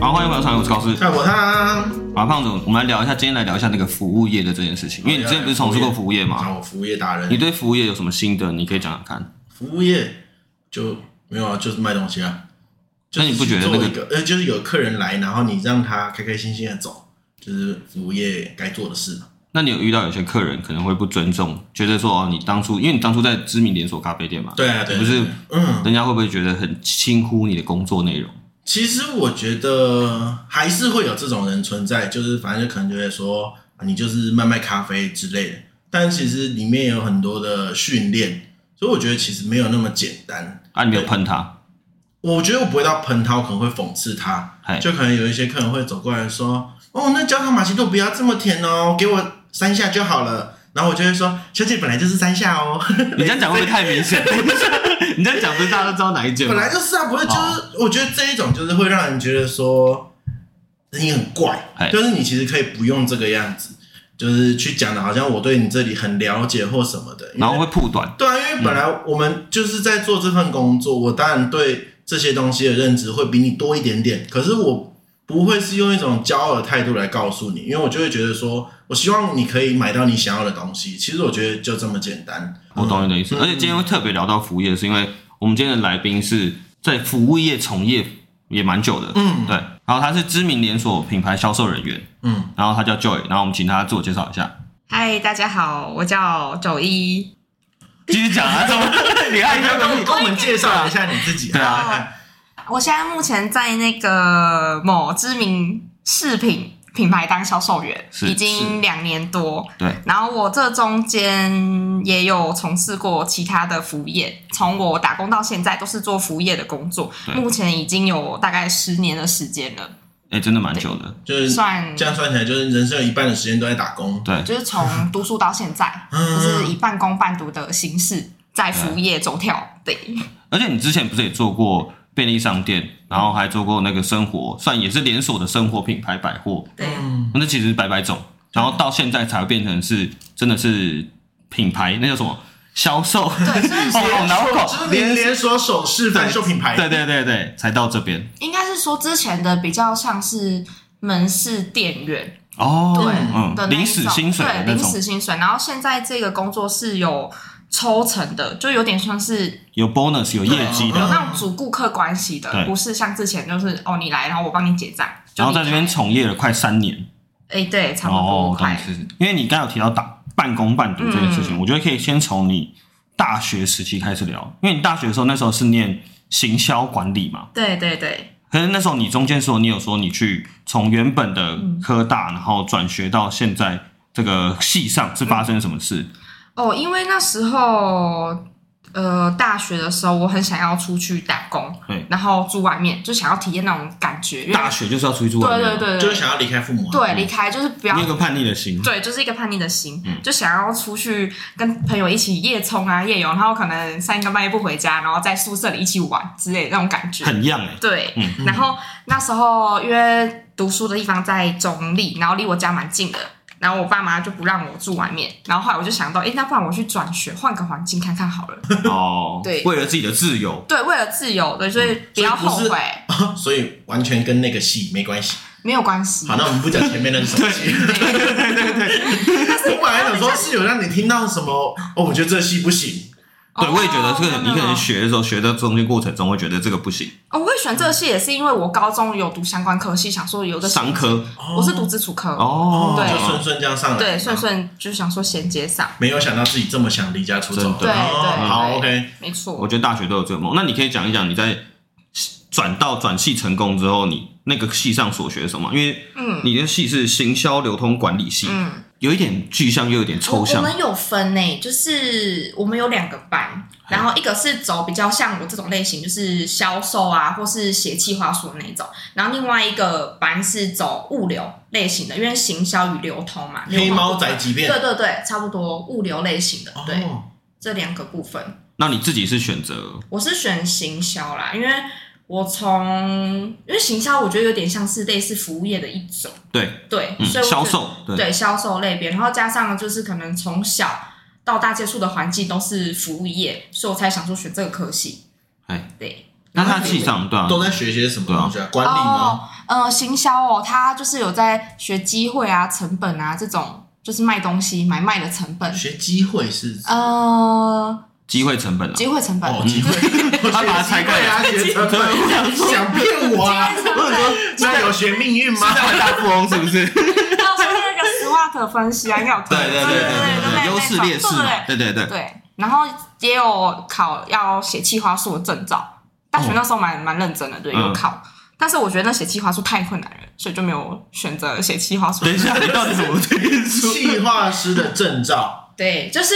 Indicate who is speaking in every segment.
Speaker 1: 好，欢迎回到传我是高斯。
Speaker 2: 看我他，
Speaker 1: 啊，胖总，我们来聊一下，今天来聊一下那个服务业的这件事情，因为你之前不是从事过服务业嘛，
Speaker 2: 然后啊服务业达人，
Speaker 1: 你对服务业有什么心得？你可以讲讲看。
Speaker 2: 服务业就没有啊，就是卖东西啊。
Speaker 1: 那你不觉得那
Speaker 2: 做
Speaker 1: 个
Speaker 2: 一个呃，就是有客人来，然后你让他开开心心的走，就是服务业该做的事嘛。
Speaker 1: 那你有遇到有些客人可能会不尊重，觉得说哦，你当初因为你当初在知名连锁咖啡店嘛，
Speaker 2: 对啊，对啊，
Speaker 1: 不是
Speaker 2: 对啊嗯，
Speaker 1: 人家会不会觉得很轻忽你的工作内容？
Speaker 2: 其实我觉得还是会有这种人存在，就是反正就可能就会说啊你就是卖卖咖啡之类的，但其实里面有很多的训练，所以我觉得其实没有那么简单。
Speaker 1: 啊，你没有喷他，
Speaker 2: 我觉得我不会到喷他，我可能会讽刺他
Speaker 1: 嗨，
Speaker 2: 就可能有一些客人会走过来说：“哦，那焦糖玛奇朵不要这么甜哦，给我三下就好了。”然后我就会说：“小姐本来就是三下哦，
Speaker 1: 你这样讲会不会太明显？你这样讲不是大家都知道哪一件吗
Speaker 2: 本？来就是啊，不是就是，我觉得这一种就是会让人觉得说你很怪
Speaker 1: 哎，
Speaker 2: 就是你其实可以不用这个样子，就是去讲的好像我对你这里很了解或什么的，因为
Speaker 1: 然后会护短，
Speaker 2: 对啊，因为本来我们就是在做这份工作，我当然对这些东西的认知会比你多一点点，可是我不会是用一种骄傲的态度来告诉你，因为我就会觉得说，我希望你可以买到你想要的东西。其实我觉得就这么简单。
Speaker 1: 我懂你的意思。而且今天会特别聊到服务业，是因为我们今天的来宾是在服务业从业也蛮久的，
Speaker 2: 嗯
Speaker 1: 对。然后他是知名连锁品牌销售人员，
Speaker 2: 嗯，
Speaker 1: 然后他叫 Joy，然后我们请他自我介绍一下。
Speaker 3: 嗨，大家好，我叫九一。
Speaker 1: 继续讲啊，怎么你
Speaker 2: 哎，
Speaker 1: 爱
Speaker 2: 你
Speaker 1: 这个东西
Speaker 2: 跟我们跟我们介绍一下你自己。
Speaker 1: 对啊
Speaker 2: 哎，哎
Speaker 3: 我现在目前在那个某知名饰品品牌当销售员，
Speaker 1: 是
Speaker 3: 已经两年多。
Speaker 1: 对，
Speaker 3: 然后我这中间也有从事过其他的服务业，从我打工到现在都是做服务业的工作
Speaker 1: 对，
Speaker 3: 目前已经有大概十年的时间了，
Speaker 1: 哎，真的蛮久的，
Speaker 2: 就是
Speaker 3: 算
Speaker 2: 这样算起来，就是人生有一半的时间都在打工。
Speaker 1: 对。
Speaker 3: 就是从读书到现
Speaker 1: 啊
Speaker 3: 在，
Speaker 2: 嗯
Speaker 3: 就是以半工半读的形式在服务业走跳。对，
Speaker 1: 而且你之前不是也做过便利商店，然后还做过那个生活，算也是连锁的生活品牌百货，
Speaker 3: 对，
Speaker 2: 嗯，
Speaker 1: 那其实百百种，然后到现在才会变成是真的是品牌，那叫什么销售？
Speaker 3: 对所以是
Speaker 1: 哦，我脑
Speaker 2: 就
Speaker 1: 口
Speaker 2: 是连连锁首饰贩售品牌。
Speaker 1: 对对对对，才到这边
Speaker 3: 应该是说之前的比较像是门市店员，
Speaker 1: 哦，
Speaker 3: 对
Speaker 1: 嗯
Speaker 3: 的，那一种
Speaker 1: 临时薪水的
Speaker 3: 对
Speaker 1: 那
Speaker 3: 临
Speaker 1: 种
Speaker 3: 时，薪水。然后现在这个工作是有抽成的，就有点像是
Speaker 1: 有 bonus 有业绩
Speaker 3: 有
Speaker 1: 的，
Speaker 3: 那种主顾客关系
Speaker 1: 嗯对
Speaker 3: 的，不是像之前就是哦你来，然后我帮你结账。就
Speaker 1: 然后
Speaker 3: 你
Speaker 1: 在这边从业了快三年，
Speaker 3: 哎，对，差不
Speaker 1: 哦
Speaker 3: 多，
Speaker 1: 懂
Speaker 3: 快嗯
Speaker 1: 意。思。因为你刚刚有提到打半工半读这件事情，我觉得可以先从你大学时期开始聊，因为你大学的时候那时候是念行销管理嘛，
Speaker 3: 对对对，
Speaker 1: 可是那时候你中间说你有说你去从原本的
Speaker 3: 嗯
Speaker 1: 科大，然后转学到现在这个系上是发生了什么事？
Speaker 3: 哦，因为那时候。呃，大学的时候我很想要出去打工，
Speaker 1: 对，
Speaker 3: 然后住外面，就想要体验那种感觉。因为
Speaker 1: 大学就是要出去住外
Speaker 3: 嗯对
Speaker 1: 面嘛，
Speaker 3: 对对对，
Speaker 2: 就是想要离开父母啊。
Speaker 3: 对离开，就是不要
Speaker 1: 你有个叛逆的心，
Speaker 3: 对，就是一个叛逆的心，
Speaker 1: 嗯
Speaker 3: 就想要出去跟朋友一起夜冲啊、夜游，然后可能三更半夜不回家，然后在宿舍里一起玩之类的那种感觉。
Speaker 1: 很样哎、
Speaker 3: 对，
Speaker 1: 嗯
Speaker 3: 然后那时候因为读书的地方在中立，然后离我家蛮近的，然后我爸妈就不让我住外面，然后后来我就想到，哎，那不然我去转学，换个环境看看好了。
Speaker 1: 哦，
Speaker 3: 对
Speaker 1: 为了自己的自由，
Speaker 3: 对，为了自由，对，所
Speaker 1: 嗯
Speaker 3: 以不要后
Speaker 2: 所以不
Speaker 3: 悔，
Speaker 2: 所以完全跟那个戏没关系。
Speaker 3: 没有关系
Speaker 2: 好，。那我们不讲前面那是什么戏。我本来想说是有让你听到什么哦，我觉得这戏不行。
Speaker 1: 对我也觉得这个
Speaker 3: 哦
Speaker 1: 你可能学的时候学的中间过程中会觉得这个不行，
Speaker 3: 哦，我会选这个系也是因为我高中有读相关科系，想说有个
Speaker 1: 商科
Speaker 3: 我是读基础科
Speaker 1: 哦，
Speaker 3: 对
Speaker 2: 就顺顺这样上来。
Speaker 3: 对，顺。顺就想说衔接上，
Speaker 2: 没有想到自己这么想离家出走。
Speaker 1: 真的对
Speaker 2: 哦
Speaker 3: 对
Speaker 2: 好
Speaker 3: 对
Speaker 2: ，OK。
Speaker 3: 没
Speaker 1: 我
Speaker 3: 错。
Speaker 1: 觉得大学都有这个梦。那你可以讲一讲你在转到转系成功之后，你那个系上所学什么？因为
Speaker 3: 嗯
Speaker 1: 你的系是行销流通管理系，
Speaker 3: 嗯，
Speaker 1: 有一点具象又有点
Speaker 3: 我
Speaker 1: 抽
Speaker 3: 我
Speaker 1: 象。
Speaker 3: 们有分呢，就是我们有两个班，
Speaker 1: 哎
Speaker 3: 然后一个是走比较像我这种类型，就是销售啊，或是写企划书那一种，然后另外一个班是走物流类型的，因为行销与流通嘛，
Speaker 2: 黑猫
Speaker 3: 宅
Speaker 2: 宅急便。
Speaker 3: 对对对，差不多物流类型的，对
Speaker 2: 哦，
Speaker 3: 这两个部分，
Speaker 1: 那你自己是选择
Speaker 3: 我是选行销啦，因为我从因为行销我觉得有点像是类似服务业的一种。
Speaker 1: 对，
Speaker 3: 对，
Speaker 1: 嗯，
Speaker 3: 所以我觉
Speaker 1: 销
Speaker 3: 得
Speaker 1: 售对，
Speaker 3: 对销售类别，然后加上就是可能从小到大接触的环境都是服务业，所以我才想说选这个科系。
Speaker 1: 哎，
Speaker 3: 对，
Speaker 1: 那他系上对啊，
Speaker 2: 都在学些什么东西啊？管理吗？
Speaker 3: 哦，呃，行销哦，他就是有在学机会啊、成本啊这种，就是卖东西买卖的成本，
Speaker 2: 学机会是
Speaker 3: 呃，
Speaker 1: 机会成本啊，
Speaker 3: 机会成本，
Speaker 2: 哦， 机会，
Speaker 1: 他把它拆开来
Speaker 2: 啊，学成本，想骗我啊？那有学命运 吗？
Speaker 1: 那位大富翁是不是？
Speaker 3: 到时候那个 SWOT 分析啊，要
Speaker 1: 对对对
Speaker 3: 对
Speaker 1: 对，优势劣势嘛，对对对，
Speaker 3: 对，然后也有考要写计划书的证照，大学那时候蛮蛮认真的，对，有
Speaker 1: 哦嗯
Speaker 3: 考。但是我觉得那写计划书太困难了，所以就没有选择写计划书。
Speaker 1: 等一下你到底怎么听出？
Speaker 2: 计划师的证照，
Speaker 3: 对，就是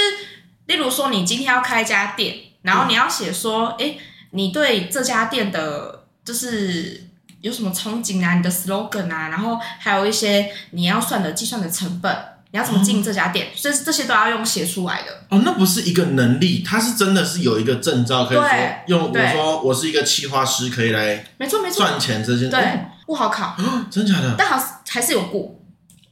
Speaker 3: 例如说，你今天要开一家店，然后你要写说，哎、你对这家店的，就是有什么憧憬啊，你的 slogan 啊，然后还有一些你要算的计算的成本，你要怎么经营这家
Speaker 1: 嗯
Speaker 3: 店，这、这些都要用写出来的。
Speaker 2: 哦，那不是一个能力，他是真的是有一个证照，可以说
Speaker 3: 对
Speaker 2: 用我
Speaker 3: 对
Speaker 2: 说我是一个计划师，可以来
Speaker 3: 没错，没错，
Speaker 2: 赚钱这件，
Speaker 3: 对
Speaker 2: 哦，
Speaker 3: 不好考，
Speaker 2: 真假的？
Speaker 3: 但好还是有过，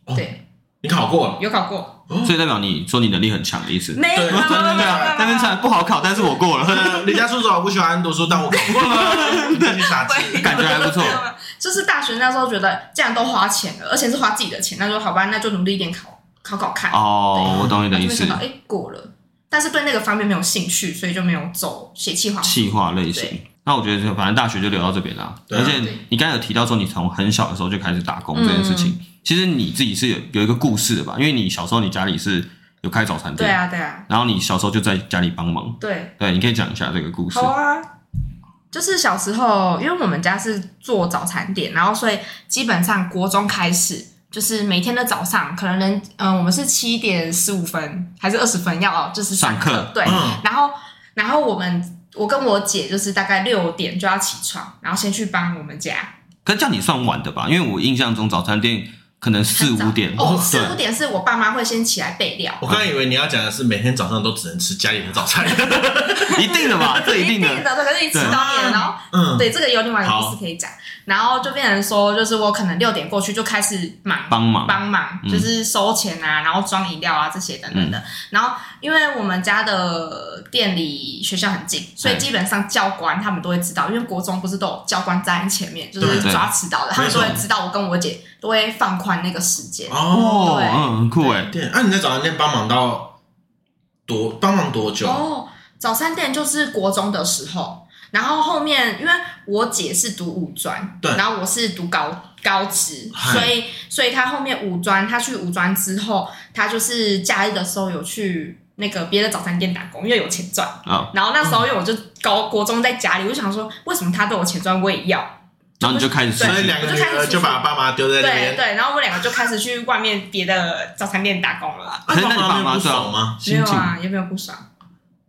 Speaker 2: 哦
Speaker 3: 对，
Speaker 2: 你考过了？
Speaker 3: 有考过，
Speaker 1: 所以代表你说你能力很强的意思？
Speaker 3: 没有，
Speaker 2: 对
Speaker 3: 没有
Speaker 2: 对
Speaker 1: 对对对啊，那边唱不好考，但是我过了，
Speaker 2: 呃李佳叔说我不喜欢读书，但我考过 了，你去傻子。
Speaker 1: 感觉还不错
Speaker 3: 没有没有就是大学那时候觉得这样都花钱了，而且是花自己的钱，那就好吧，那就努力一点考考考看。
Speaker 1: 哦，我懂你的
Speaker 3: 然后
Speaker 1: 意
Speaker 3: 啊就没
Speaker 1: 思
Speaker 3: 想到，。哎，过了，但是对那个方面没有兴趣，所以就没有走写计划。
Speaker 1: 气化类型。那我觉得，反正大学就留到这边啦。
Speaker 2: 对啊
Speaker 1: 而且
Speaker 3: 对
Speaker 1: 你刚才有提到说，你从很小的时候就开始打工这件事情，
Speaker 3: 嗯
Speaker 1: 其实你自己是有有一个故事的吧？因为你小时候你家里是有开早餐
Speaker 3: 对
Speaker 1: 店，
Speaker 3: 啊，对啊，
Speaker 1: 然后你小时候就在家里帮忙。
Speaker 3: 对，
Speaker 1: 对，你可以讲一下这个故事
Speaker 3: 好。啊。就是小时候，因为我们家是做早餐店，然后所以基本上国中开始，就是每天的早上，可能人，嗯、我们是七点十五分还是二十分要就是
Speaker 1: 上课，
Speaker 3: 对，
Speaker 2: 嗯，
Speaker 3: 然后然后我们我跟我姐就是大概六点就要起床，然后先去帮我们家。
Speaker 1: 可是这样你算晚的吧？因为我印象中早餐店可能四
Speaker 3: 很早
Speaker 1: 五点，嗯
Speaker 3: 哦，
Speaker 1: 对
Speaker 3: 四五点是我爸妈会先起来备料。
Speaker 2: 我刚以为你要讲的是每天早上都只能吃家里的早 餐。
Speaker 1: 一定的 吧？这一定的。
Speaker 3: 的，对，可是你迟到点了，然后
Speaker 2: 嗯，
Speaker 3: 对这个有另外一个
Speaker 2: 好
Speaker 3: 故事可以讲，然后就变成说，就是我可能六点过去就开始忙，
Speaker 1: 帮忙
Speaker 3: 帮忙，
Speaker 1: 嗯
Speaker 3: 就是收钱啊，然后装饮料啊这些等等
Speaker 2: 嗯
Speaker 3: 的。然后因为我们家的店离学校很
Speaker 2: 嗯
Speaker 3: 近，所以
Speaker 1: 对
Speaker 3: 基本上教官他们都会知道，因为国中不是都有教官站在前面，就
Speaker 2: 对
Speaker 3: 是
Speaker 1: 对
Speaker 3: 抓迟到的，他们都
Speaker 2: 没
Speaker 3: 会
Speaker 2: 错
Speaker 3: 知道我跟我姐都会放宽那个时间。
Speaker 2: 哦，
Speaker 1: 哦
Speaker 3: 对，
Speaker 1: 嗯，很酷哎。
Speaker 2: 对，那啊你在早餐店帮忙到多帮忙多久？啊
Speaker 3: 哦，早餐店就是国中的时候，然后后面因为我姐是读五专，
Speaker 2: 对
Speaker 3: 然后我是读高高职，
Speaker 2: 嗨
Speaker 3: 所以所以她后面五专，她去五专之后，她就是假日的时候有去那个别的早餐店打工，因为有钱赚。
Speaker 1: 啊，
Speaker 3: 然后那时候因为我就高国中在家里，我就想说，为什么她都有钱赚，我也要。
Speaker 1: 然后你就开始吃
Speaker 2: 所以两个女儿就把爸妈丢在那
Speaker 3: 对
Speaker 2: 边。啊
Speaker 3: 对，然后我们两个就开始去外面别的早餐店打工了。
Speaker 1: 可是那你爸
Speaker 2: 爸
Speaker 1: 妈
Speaker 2: 妈不
Speaker 1: 对啊
Speaker 2: 爽吗？
Speaker 3: 没
Speaker 1: 心
Speaker 3: 有
Speaker 1: 情
Speaker 3: 啊，也没有不爽。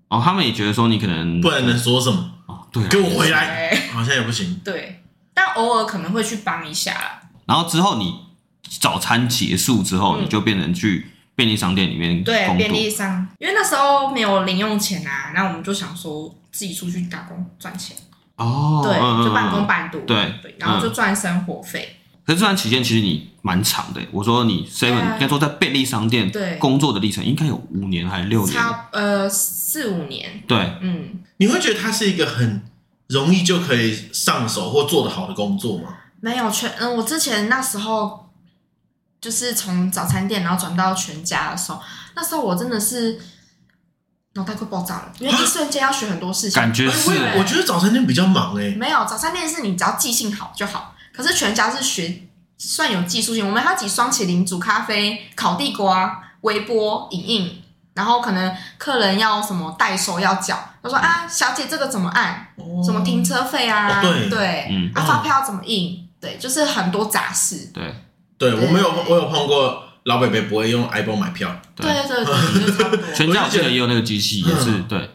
Speaker 1: 哦，他们也觉得说你可能
Speaker 2: 不然能说什么？
Speaker 1: 哦，对啊，
Speaker 2: 给我回来，
Speaker 3: 对
Speaker 2: 好像也不行。
Speaker 3: 对，但偶尔可能会去帮一下啦。
Speaker 1: 然后之后你早餐结束之后，
Speaker 3: 嗯
Speaker 1: 你就变成去便利商店里面
Speaker 3: 对，
Speaker 1: 工
Speaker 3: 便
Speaker 1: 作。
Speaker 3: 利商，因为那时候没有零用钱啊，然后我们就想说自己出去打工赚钱，
Speaker 1: 哦，
Speaker 3: 对，
Speaker 1: 嗯
Speaker 3: 就半
Speaker 1: 嗯
Speaker 3: 工。
Speaker 1: 嗯
Speaker 3: 半读，
Speaker 1: 对
Speaker 3: 然后就赚生活费，
Speaker 1: 可是这段期间其实你蛮长的，我说你 seven
Speaker 3: 啊
Speaker 1: 应该说在便利商店
Speaker 3: 对
Speaker 1: 嗯工作的历程应该有五年还是六年？
Speaker 3: 差呃四五年，
Speaker 1: 对，
Speaker 3: 嗯，
Speaker 2: 你会觉得它是一个很容易就可以上手或做得好的工作吗？
Speaker 3: 没有全，嗯，我之前那时候就是从早餐店然后转到全家的时候，那时候我真的是脑袋快爆炸了，因为一瞬间要学很多事情，
Speaker 1: 啊感觉
Speaker 2: 哎
Speaker 1: 是
Speaker 2: 我也我觉得早餐店比较忙哎。
Speaker 3: 没有，早餐店是你只要记性好就好。可是全家是学算有技术性，我们还要挤双麒麟、煮咖啡、烤地瓜、微波、影印，然后可能客人要什么代收要缴，他说啊，小姐这个怎么按？什么停车费啊？
Speaker 2: 哦对
Speaker 1: 嗯
Speaker 3: 啊，发票要怎么印？对，就是很多杂事。
Speaker 1: 对，
Speaker 2: 对我没有，
Speaker 3: 对
Speaker 2: 我有碰过老北北不会用 iPhone 买票
Speaker 1: 对
Speaker 3: 对对对，就差不
Speaker 1: 全
Speaker 3: 多。
Speaker 1: 家我记得也有那个机器，也是对。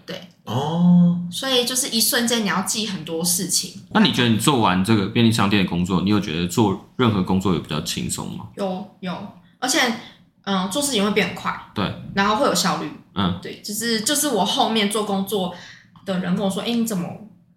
Speaker 2: 哦。
Speaker 3: 所以就是一瞬间你要记很多事情。
Speaker 1: 那你觉得你做完这个便利商店的工作，你有觉得做任何工作有比较轻松吗？
Speaker 3: 有有，而且嗯，做事情会变很快，
Speaker 1: 对，
Speaker 3: 然后会有效率。
Speaker 1: 嗯，
Speaker 3: 对，就是就是我后面做工作的人跟我说，哎、你怎么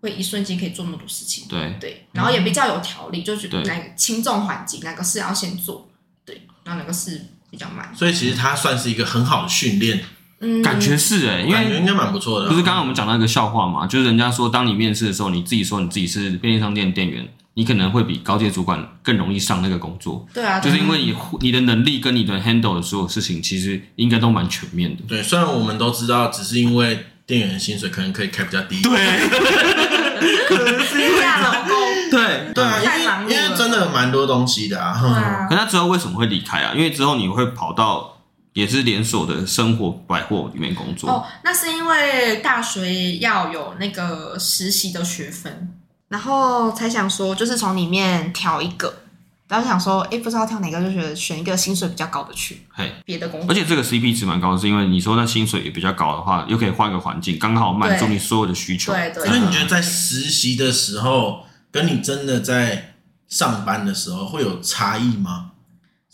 Speaker 3: 会一瞬间可以做那么多事情？
Speaker 1: 对，
Speaker 3: 对，然后也比较有条理，就觉得
Speaker 1: 对
Speaker 3: 哪个轻重缓急，哪个事要先做，对，然后哪个事比较慢。
Speaker 2: 所以其实它算是一个很好的训练，
Speaker 3: 嗯，
Speaker 1: 感觉是哎、因
Speaker 2: 感觉
Speaker 1: 为
Speaker 2: 应该蛮不错的啊。
Speaker 1: 不是刚刚我们讲到一个笑话嘛，就是人家说，当你面试的时候，你自己说你自己是便利商店店员，你可能会比高阶主管更容易上那个工作，
Speaker 3: 对啊，
Speaker 1: 就是因为你你的能力跟你的 handle 的所有事情，其实应该都蛮全面的。
Speaker 2: 对，虽然我们都知道，只是因为店员的薪水可能可以开比较低。
Speaker 1: 对
Speaker 3: 天下老公，
Speaker 1: 对
Speaker 2: 对啊，因
Speaker 3: 太忙碌
Speaker 2: 为因为
Speaker 3: 了
Speaker 2: 真的蛮多东西的
Speaker 3: 对
Speaker 2: 啊。
Speaker 3: 啊
Speaker 1: 可，他之后为什么会离开啊？因为之后你会跑到也是连锁的生活百货里面工作。
Speaker 3: 哦，那是因为大学要有那个实习的学分，然后才想说就是从里面挑一个，然后想说，哎，不知道挑哪个，就觉得选一个薪水比较高的去
Speaker 1: 嘿，
Speaker 3: 别的工
Speaker 1: 而
Speaker 3: 作。
Speaker 1: 且这个 CP 值蛮高的，是因为你说那薪水也比较高的话，又可以换个环境，刚好满足
Speaker 3: 对
Speaker 1: 你所有的需求。嗯
Speaker 3: 对对
Speaker 2: 所以你觉得在实习的时候，跟你真的在上班的时候会有差异吗？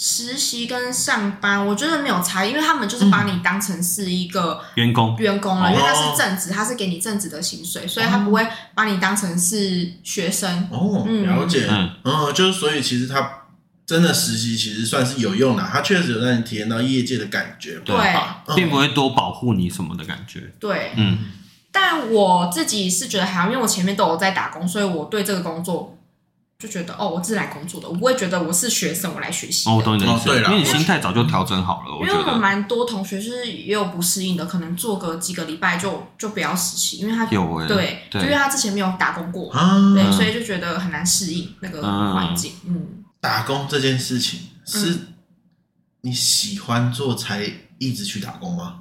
Speaker 3: 实习跟上班，我觉得没有差异，因为他们就是把你当成是一个
Speaker 1: 员工
Speaker 3: 员工了，
Speaker 1: 哦
Speaker 3: 因为他是正职，他是给你正职的薪水，所以他不会把你当成是学生。
Speaker 2: 哦，
Speaker 3: 嗯
Speaker 2: 了解。
Speaker 1: 嗯
Speaker 2: 嗯，就是所以其实他真的实习其实算是有用的，他确实有让你体验到业界的感觉吧。
Speaker 1: 对啊
Speaker 2: 嗯
Speaker 1: 并不会多保护你什么的感觉。
Speaker 3: 对，
Speaker 1: 嗯，
Speaker 3: 但我自己是觉得还好，因为我前面都有在打工，所以我对这个工作就觉得哦，我是来工作的，我不会觉得我是学生，我来学习的。
Speaker 1: 哦，我懂你的意
Speaker 2: 哦
Speaker 1: 思，
Speaker 2: 对啦
Speaker 1: 因为你心态早就调整好了，我
Speaker 3: 因
Speaker 1: 觉
Speaker 3: 为我
Speaker 1: 得
Speaker 3: 蛮多同学就是也有不适应的，可能做个几个礼拜就就不要实习，因为他
Speaker 1: 有哎、
Speaker 3: 对，就因为
Speaker 1: 对，
Speaker 3: 他之前没有打工过，
Speaker 2: 啊，
Speaker 3: 对，所以就觉得很难适应那个
Speaker 1: 嗯
Speaker 3: 环境。嗯，
Speaker 2: 打工这件事情是你喜欢做才一直去打工吗？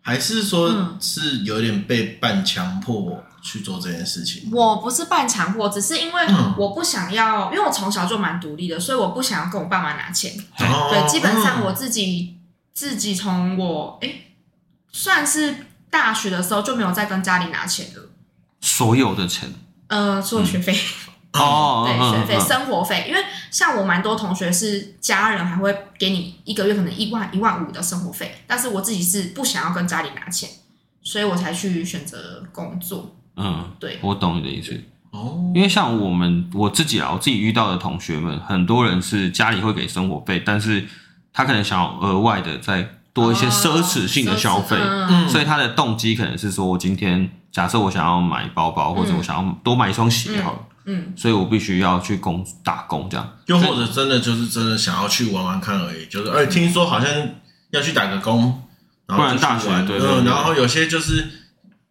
Speaker 2: 还是说
Speaker 3: 嗯
Speaker 2: 是有点被半强迫去做这件事情？
Speaker 3: 我不是半强迫，只是因为
Speaker 2: 嗯
Speaker 3: 我不想要，因为我从小就蛮独立的，所以我不想要跟我爸妈拿钱。
Speaker 1: 对
Speaker 2: 哦
Speaker 3: 对，基本上
Speaker 2: 嗯
Speaker 3: 我自己自己从我哎、算是大学的时候就没有再跟家里拿钱了。
Speaker 1: 所有的钱
Speaker 3: 呃，所有学费，
Speaker 1: 哦，
Speaker 3: 对
Speaker 1: 嗯
Speaker 3: 学费、
Speaker 1: 嗯嗯
Speaker 3: 生活费，因为像我蛮多同学是家人还会给你一个月可能一万、一万五的生活费，但是我自己是不想要跟家里拿钱，所以我才去选择工作。
Speaker 1: 嗯，
Speaker 3: 对，
Speaker 1: 我懂你的意思。
Speaker 2: 哦，
Speaker 1: 因为像我们我自己啊，我自己遇到的同学们，很多人是家里会给生活费，但是他可能想要额外的再多一些奢侈性的消费，
Speaker 3: 哦嗯
Speaker 1: 所以他的动机可能是说，我今天假设我想要买包包，或者我想要多买一双鞋好了，
Speaker 3: 嗯，
Speaker 1: 所以我必须要去工打工这样。
Speaker 2: 又或者真的就是真的想要去玩玩看而已，就是哎，听说好像要去打个工，然后
Speaker 1: 不然
Speaker 2: 就去
Speaker 1: 大学
Speaker 2: 玩
Speaker 1: 对对对
Speaker 2: 嗯，然后有些就是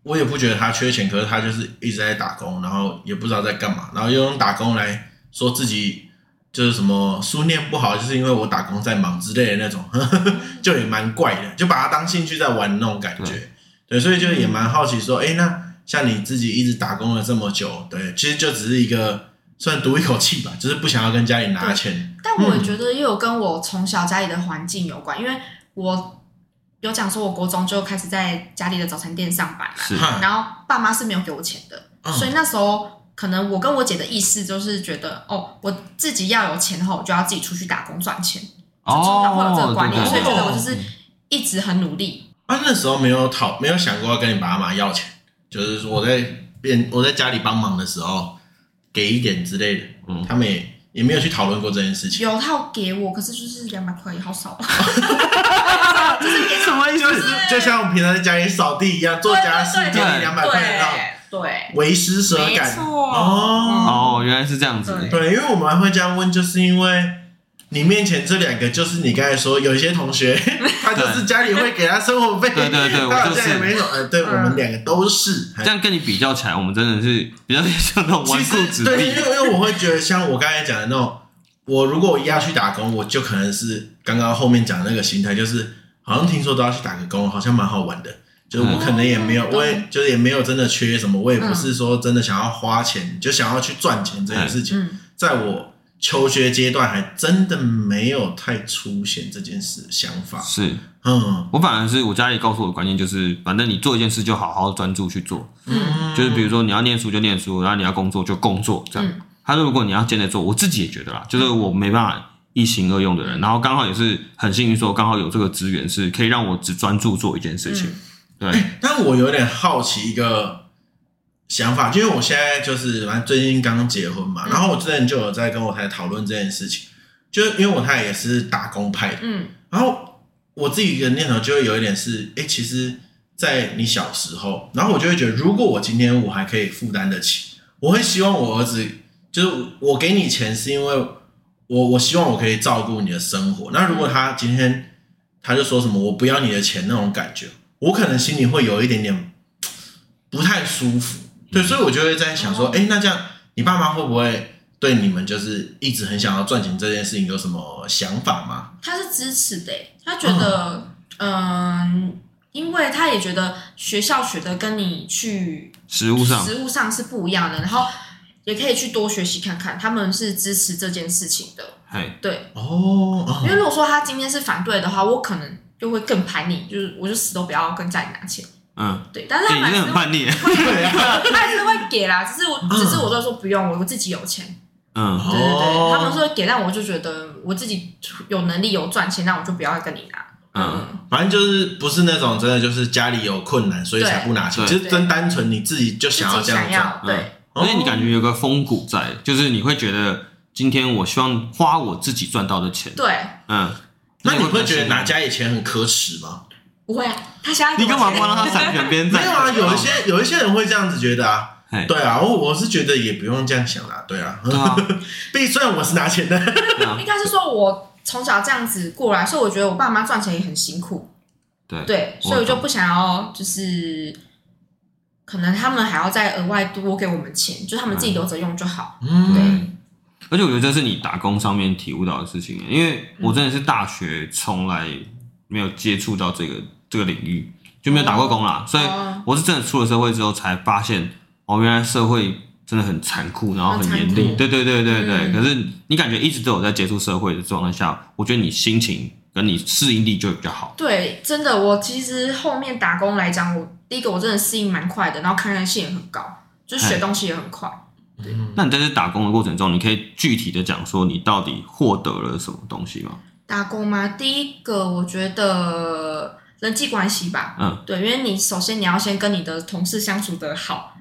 Speaker 2: 我也不觉得他缺钱，可是他就是一直在打工，然后也不知道在干嘛，然后又用打工来说自己就是什么书念不好，就是因为我打工在忙之类的那种，就也蛮怪的，就把它当兴趣在玩那种感觉。对，所以就也蛮好奇说，哎、那像你自己一直打工了这么久，对，其实就只是一个算赌一口气吧，就是不想要跟家里拿钱。
Speaker 3: 但我也觉得也有跟我从小家里的环境有关，因为我有讲说，我国中就开始在家里的早餐店上班嘛，
Speaker 1: 是，
Speaker 2: 哈
Speaker 3: 然后爸妈是没有给我钱的，
Speaker 2: 嗯
Speaker 3: 所以那时候可能我跟我姐的意识就是觉得，哦，我自己要有钱后，我就要自己出去打工赚钱，就从
Speaker 2: 哦
Speaker 3: 小会有这个观念，
Speaker 1: 对
Speaker 3: 所以
Speaker 1: 哦对
Speaker 3: 觉
Speaker 1: 对
Speaker 3: 得
Speaker 2: 嗯
Speaker 3: 我就是一直很努力。
Speaker 2: 啊，那时候没有讨，没有想过要跟你爸妈要钱，就是说我在变我在家里帮忙的时候给一点之类的，
Speaker 1: 嗯
Speaker 2: 他们也也没有去讨论过这件事情。
Speaker 3: 有他有给我，可是就是两百块也好少，
Speaker 2: 什么意思？ 就是就像我们平常在家里扫地一样，做家事
Speaker 3: 对对
Speaker 2: 给你
Speaker 1: 对
Speaker 2: 两百块的那种
Speaker 3: 对，
Speaker 2: 为施舍
Speaker 3: 没
Speaker 2: 感。
Speaker 3: 错嗯
Speaker 2: 哦，
Speaker 1: 哦，原来是这样子。
Speaker 3: 对
Speaker 2: 对，因为我们会这样问，就是因为你面前这两个，就是你刚才说有一些同 学，他就是家里会给他生活费，
Speaker 1: 对对对我
Speaker 2: 他好
Speaker 1: 就
Speaker 2: 像也
Speaker 1: 是嗯
Speaker 2: 没什么，呃，对我们两个都是。
Speaker 1: 这样跟你比较起来，我们真的是比较像那种纨
Speaker 2: 其
Speaker 1: 绔
Speaker 2: 实
Speaker 1: 子
Speaker 2: 对，因
Speaker 1: 弟
Speaker 2: 为。因为我会觉得，像我刚才讲的那种，我如果我一要去打工，我就可能是刚刚后面讲的那个心态，就是好像听说都要去打个工，好像蛮好玩的。就是我可能也没有，
Speaker 3: 嗯
Speaker 2: 我也就是也没有真的缺什么，我也不
Speaker 3: 嗯
Speaker 2: 是说真的想要花钱，就想要去赚钱这
Speaker 1: 哎
Speaker 2: 件事情。
Speaker 3: 嗯，
Speaker 2: 在我求学阶段还真的没有太出现这件事想法。
Speaker 1: 是
Speaker 2: 嗯
Speaker 1: 我反而是我家里告诉我的观念就是，反正你做一件事就好好专注去做，
Speaker 2: 嗯，
Speaker 1: 就是比如
Speaker 2: 说，
Speaker 1: 说你要念书就念书，然后你要工作就工作这样
Speaker 3: 嗯。
Speaker 1: 他说如果你要兼着做，我自己也觉得啦，就是我没办法一心二用的
Speaker 2: 嗯
Speaker 1: 人，然后刚好也是很幸运说刚好有这个资源是可以让我只专注做一件事
Speaker 3: 嗯
Speaker 1: 情。
Speaker 2: 嗯
Speaker 1: 对，
Speaker 2: 但我有点好奇一个想法，就因为我现在就是反正最近刚结婚嘛，
Speaker 3: 嗯
Speaker 2: 然后我之前就有在跟我太太讨论这件事情，就是因为我太太也是打工派的，
Speaker 3: 嗯
Speaker 2: 然后我自己的念头就会有一点是，哎、其实，在你小时候，然后我就会觉得，如果我今天我还可以负担得起，我会希望我儿子，就是我给你钱，是因为我我希望我可以照顾你的生活。那如果他今天他就说什么我不要你的钱那种感觉，我可能心里会有一点点不太舒服。对，所以我就会在想说，哎、那这样你爸妈会不会对你们就是一直很想要赚钱这件事情有什么想法吗？
Speaker 3: 他是支持的欸，他觉得，嗯，因为他也觉得学校学的跟你去
Speaker 1: 食物上
Speaker 3: 实物上是不一样的，然后也可以去多学习看看，他们是支持这件事情的。
Speaker 1: 嘿，
Speaker 3: 对，
Speaker 2: 哦，
Speaker 3: 因
Speaker 2: 哦
Speaker 3: 为如果说他今天是反对的话，我可能就会更叛逆，就是我就死都不要跟家里拿钱。
Speaker 1: 嗯，
Speaker 3: 对，但是
Speaker 1: 欸
Speaker 3: 他
Speaker 1: 你
Speaker 3: 还
Speaker 1: 真的
Speaker 3: 是
Speaker 1: 很
Speaker 3: 会，
Speaker 1: 叛逆，
Speaker 2: 对啊，
Speaker 3: 他还是会给啦，只是我，只是
Speaker 2: 嗯
Speaker 3: 我就说不用，我我自己有钱。
Speaker 1: 嗯
Speaker 3: 对对对，他们
Speaker 2: 哦，
Speaker 3: 说给，但我就觉得我自己有能力有赚钱，那我就不要跟你拿。
Speaker 1: 嗯，
Speaker 3: 嗯，
Speaker 2: 反正就是不是那种真的就是家里有困难所以才不拿钱，
Speaker 1: 对
Speaker 2: 就是真单纯你自己就
Speaker 3: 自
Speaker 2: 想要
Speaker 3: 己
Speaker 2: 这样
Speaker 3: 想
Speaker 2: 赚。
Speaker 3: 要，
Speaker 1: 嗯
Speaker 3: 对，
Speaker 2: 哦
Speaker 1: 而且你感觉有个风骨在，就是你会觉得今天我希望花我自己赚到的钱，
Speaker 3: 对，
Speaker 1: 嗯，
Speaker 2: 那你
Speaker 1: 也
Speaker 2: 会觉得拿
Speaker 1: 开心啊
Speaker 2: 家里钱很可耻吗？
Speaker 3: 不会啊，他想要
Speaker 1: 你干嘛
Speaker 3: 给
Speaker 1: 不
Speaker 3: 我钱
Speaker 1: 让他闪选边
Speaker 2: 没
Speaker 1: 站？嗯
Speaker 2: 有啊，有一些有一些人会这样子觉得啊
Speaker 1: 嘿。
Speaker 2: 对啊，我我是觉得也不用这样想啦。对啊，
Speaker 1: 对啊，
Speaker 2: 毕竟虽然我是拿钱的，
Speaker 1: 对啊
Speaker 3: 应该是说我从小这样子过来，所以我觉得我爸妈赚钱也很辛苦，
Speaker 1: 对啊
Speaker 3: 对，
Speaker 1: 我懂
Speaker 3: 所以我就不想要就是。可能他们还要再额外多给我们钱，就是他们自己留着用就好。
Speaker 2: 嗯，
Speaker 1: 嗯，而且我觉得这是你打工上面体悟到的事情，因为我真的是大学从来没有接触到这个这个领域，就没有打过工啦，所以
Speaker 3: 哦
Speaker 1: 我是真的出了社会之后才发现，哦，原来社会真的很残酷，然后很严
Speaker 3: 很残
Speaker 1: 厉，
Speaker 3: 酷
Speaker 1: 对对对对对。
Speaker 3: 嗯
Speaker 1: 可是你感觉一直都有在接触社会的状态下，我觉得你心情跟你适应力就会比较好。
Speaker 3: 对，真的，我其实后面打工来讲，我第一个我真的适应蛮快的，然后抗压性也很高，就
Speaker 1: 嗯
Speaker 3: 是学东西也很快。
Speaker 1: 那你在这打工的过程中，你可以具体的讲说你到底获得了什么东西吗？
Speaker 3: 打工嘛，第一个我觉得人际关系吧，
Speaker 1: 嗯，
Speaker 3: 对，因为你首先你要先跟你的同事相处的好。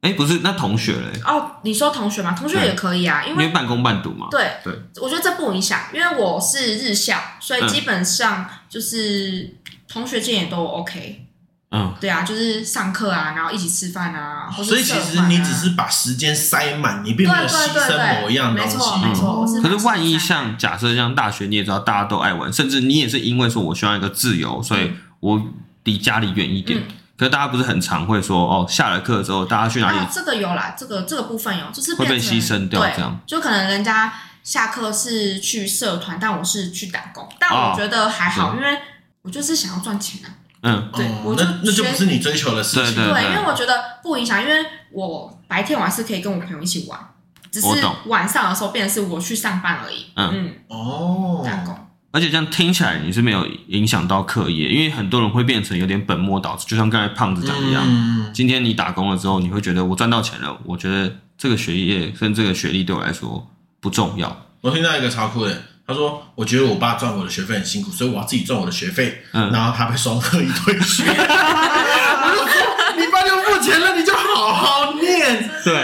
Speaker 1: 哎，不是，那同学嘞，嗯
Speaker 3: 哦，你说同学嘛，同学也可以啊，因
Speaker 1: 因
Speaker 3: 为
Speaker 1: 为半工半读嘛。
Speaker 3: 对，
Speaker 1: 对，
Speaker 3: 我觉得这不影响，因为我是日校，所以
Speaker 1: 嗯
Speaker 3: 基本上就是同学间也都 OK。
Speaker 1: 嗯，
Speaker 3: 对啊，就是上课啊，然后一起吃饭啊，或是
Speaker 2: 所以其
Speaker 3: 社
Speaker 2: 实
Speaker 3: 团啊
Speaker 2: 你只是把时间塞满，你并
Speaker 3: 对
Speaker 2: 没有
Speaker 3: 对
Speaker 2: 牺牲
Speaker 3: 对
Speaker 2: 某
Speaker 3: 对，
Speaker 2: 一样东
Speaker 3: 没
Speaker 2: 西。嗯
Speaker 3: 错没错。我
Speaker 1: 可是万一
Speaker 3: 把时间
Speaker 1: 像假设像大学，你也知道大家都爱玩，甚至你也是因为说我需要一个自由，所以我离家里远一点。
Speaker 3: 嗯
Speaker 1: 可是大家不是很常会说哦，下了课之后大家去哪
Speaker 3: 塞满
Speaker 1: 里
Speaker 3: 啊，这个有啦，这个这个部分有，就是
Speaker 1: 会被
Speaker 3: 变成
Speaker 1: 牺牲掉
Speaker 3: 对
Speaker 1: 这样
Speaker 3: 就可能人家下课是去社团，但我是去打工，但我觉得还好，因为我就是想要赚钱啊。
Speaker 1: 嗯，
Speaker 3: 对
Speaker 2: 哦
Speaker 3: 我就
Speaker 2: 那那就
Speaker 3: 觉
Speaker 2: 不
Speaker 3: 得
Speaker 2: 是你追求的事情。
Speaker 1: 对
Speaker 3: 对，因为我觉得不影响，因为我白天我还是可以跟我朋友一起玩，只是
Speaker 1: 我懂
Speaker 3: 晚上的时候变成是我去上班而已。
Speaker 1: 嗯
Speaker 3: 嗯
Speaker 2: 哦，
Speaker 3: 打工
Speaker 1: 而且这样听起来你是没有影响到课业，因为很多人会变成有点本末倒置，就像刚才胖子讲一样。
Speaker 2: 嗯
Speaker 1: 今天你打工了之后，你会觉得我赚到钱了，我觉得这个学业跟这个学历对我来说不重要。
Speaker 2: 我听到一个超酷的，他说：“我觉得我爸赚我的学费很辛苦，所以我要自己赚我的学费。
Speaker 1: 嗯
Speaker 2: 然后他被双课一堆学。我就说：“你爸就付钱了，你就好好 念。
Speaker 1: 对，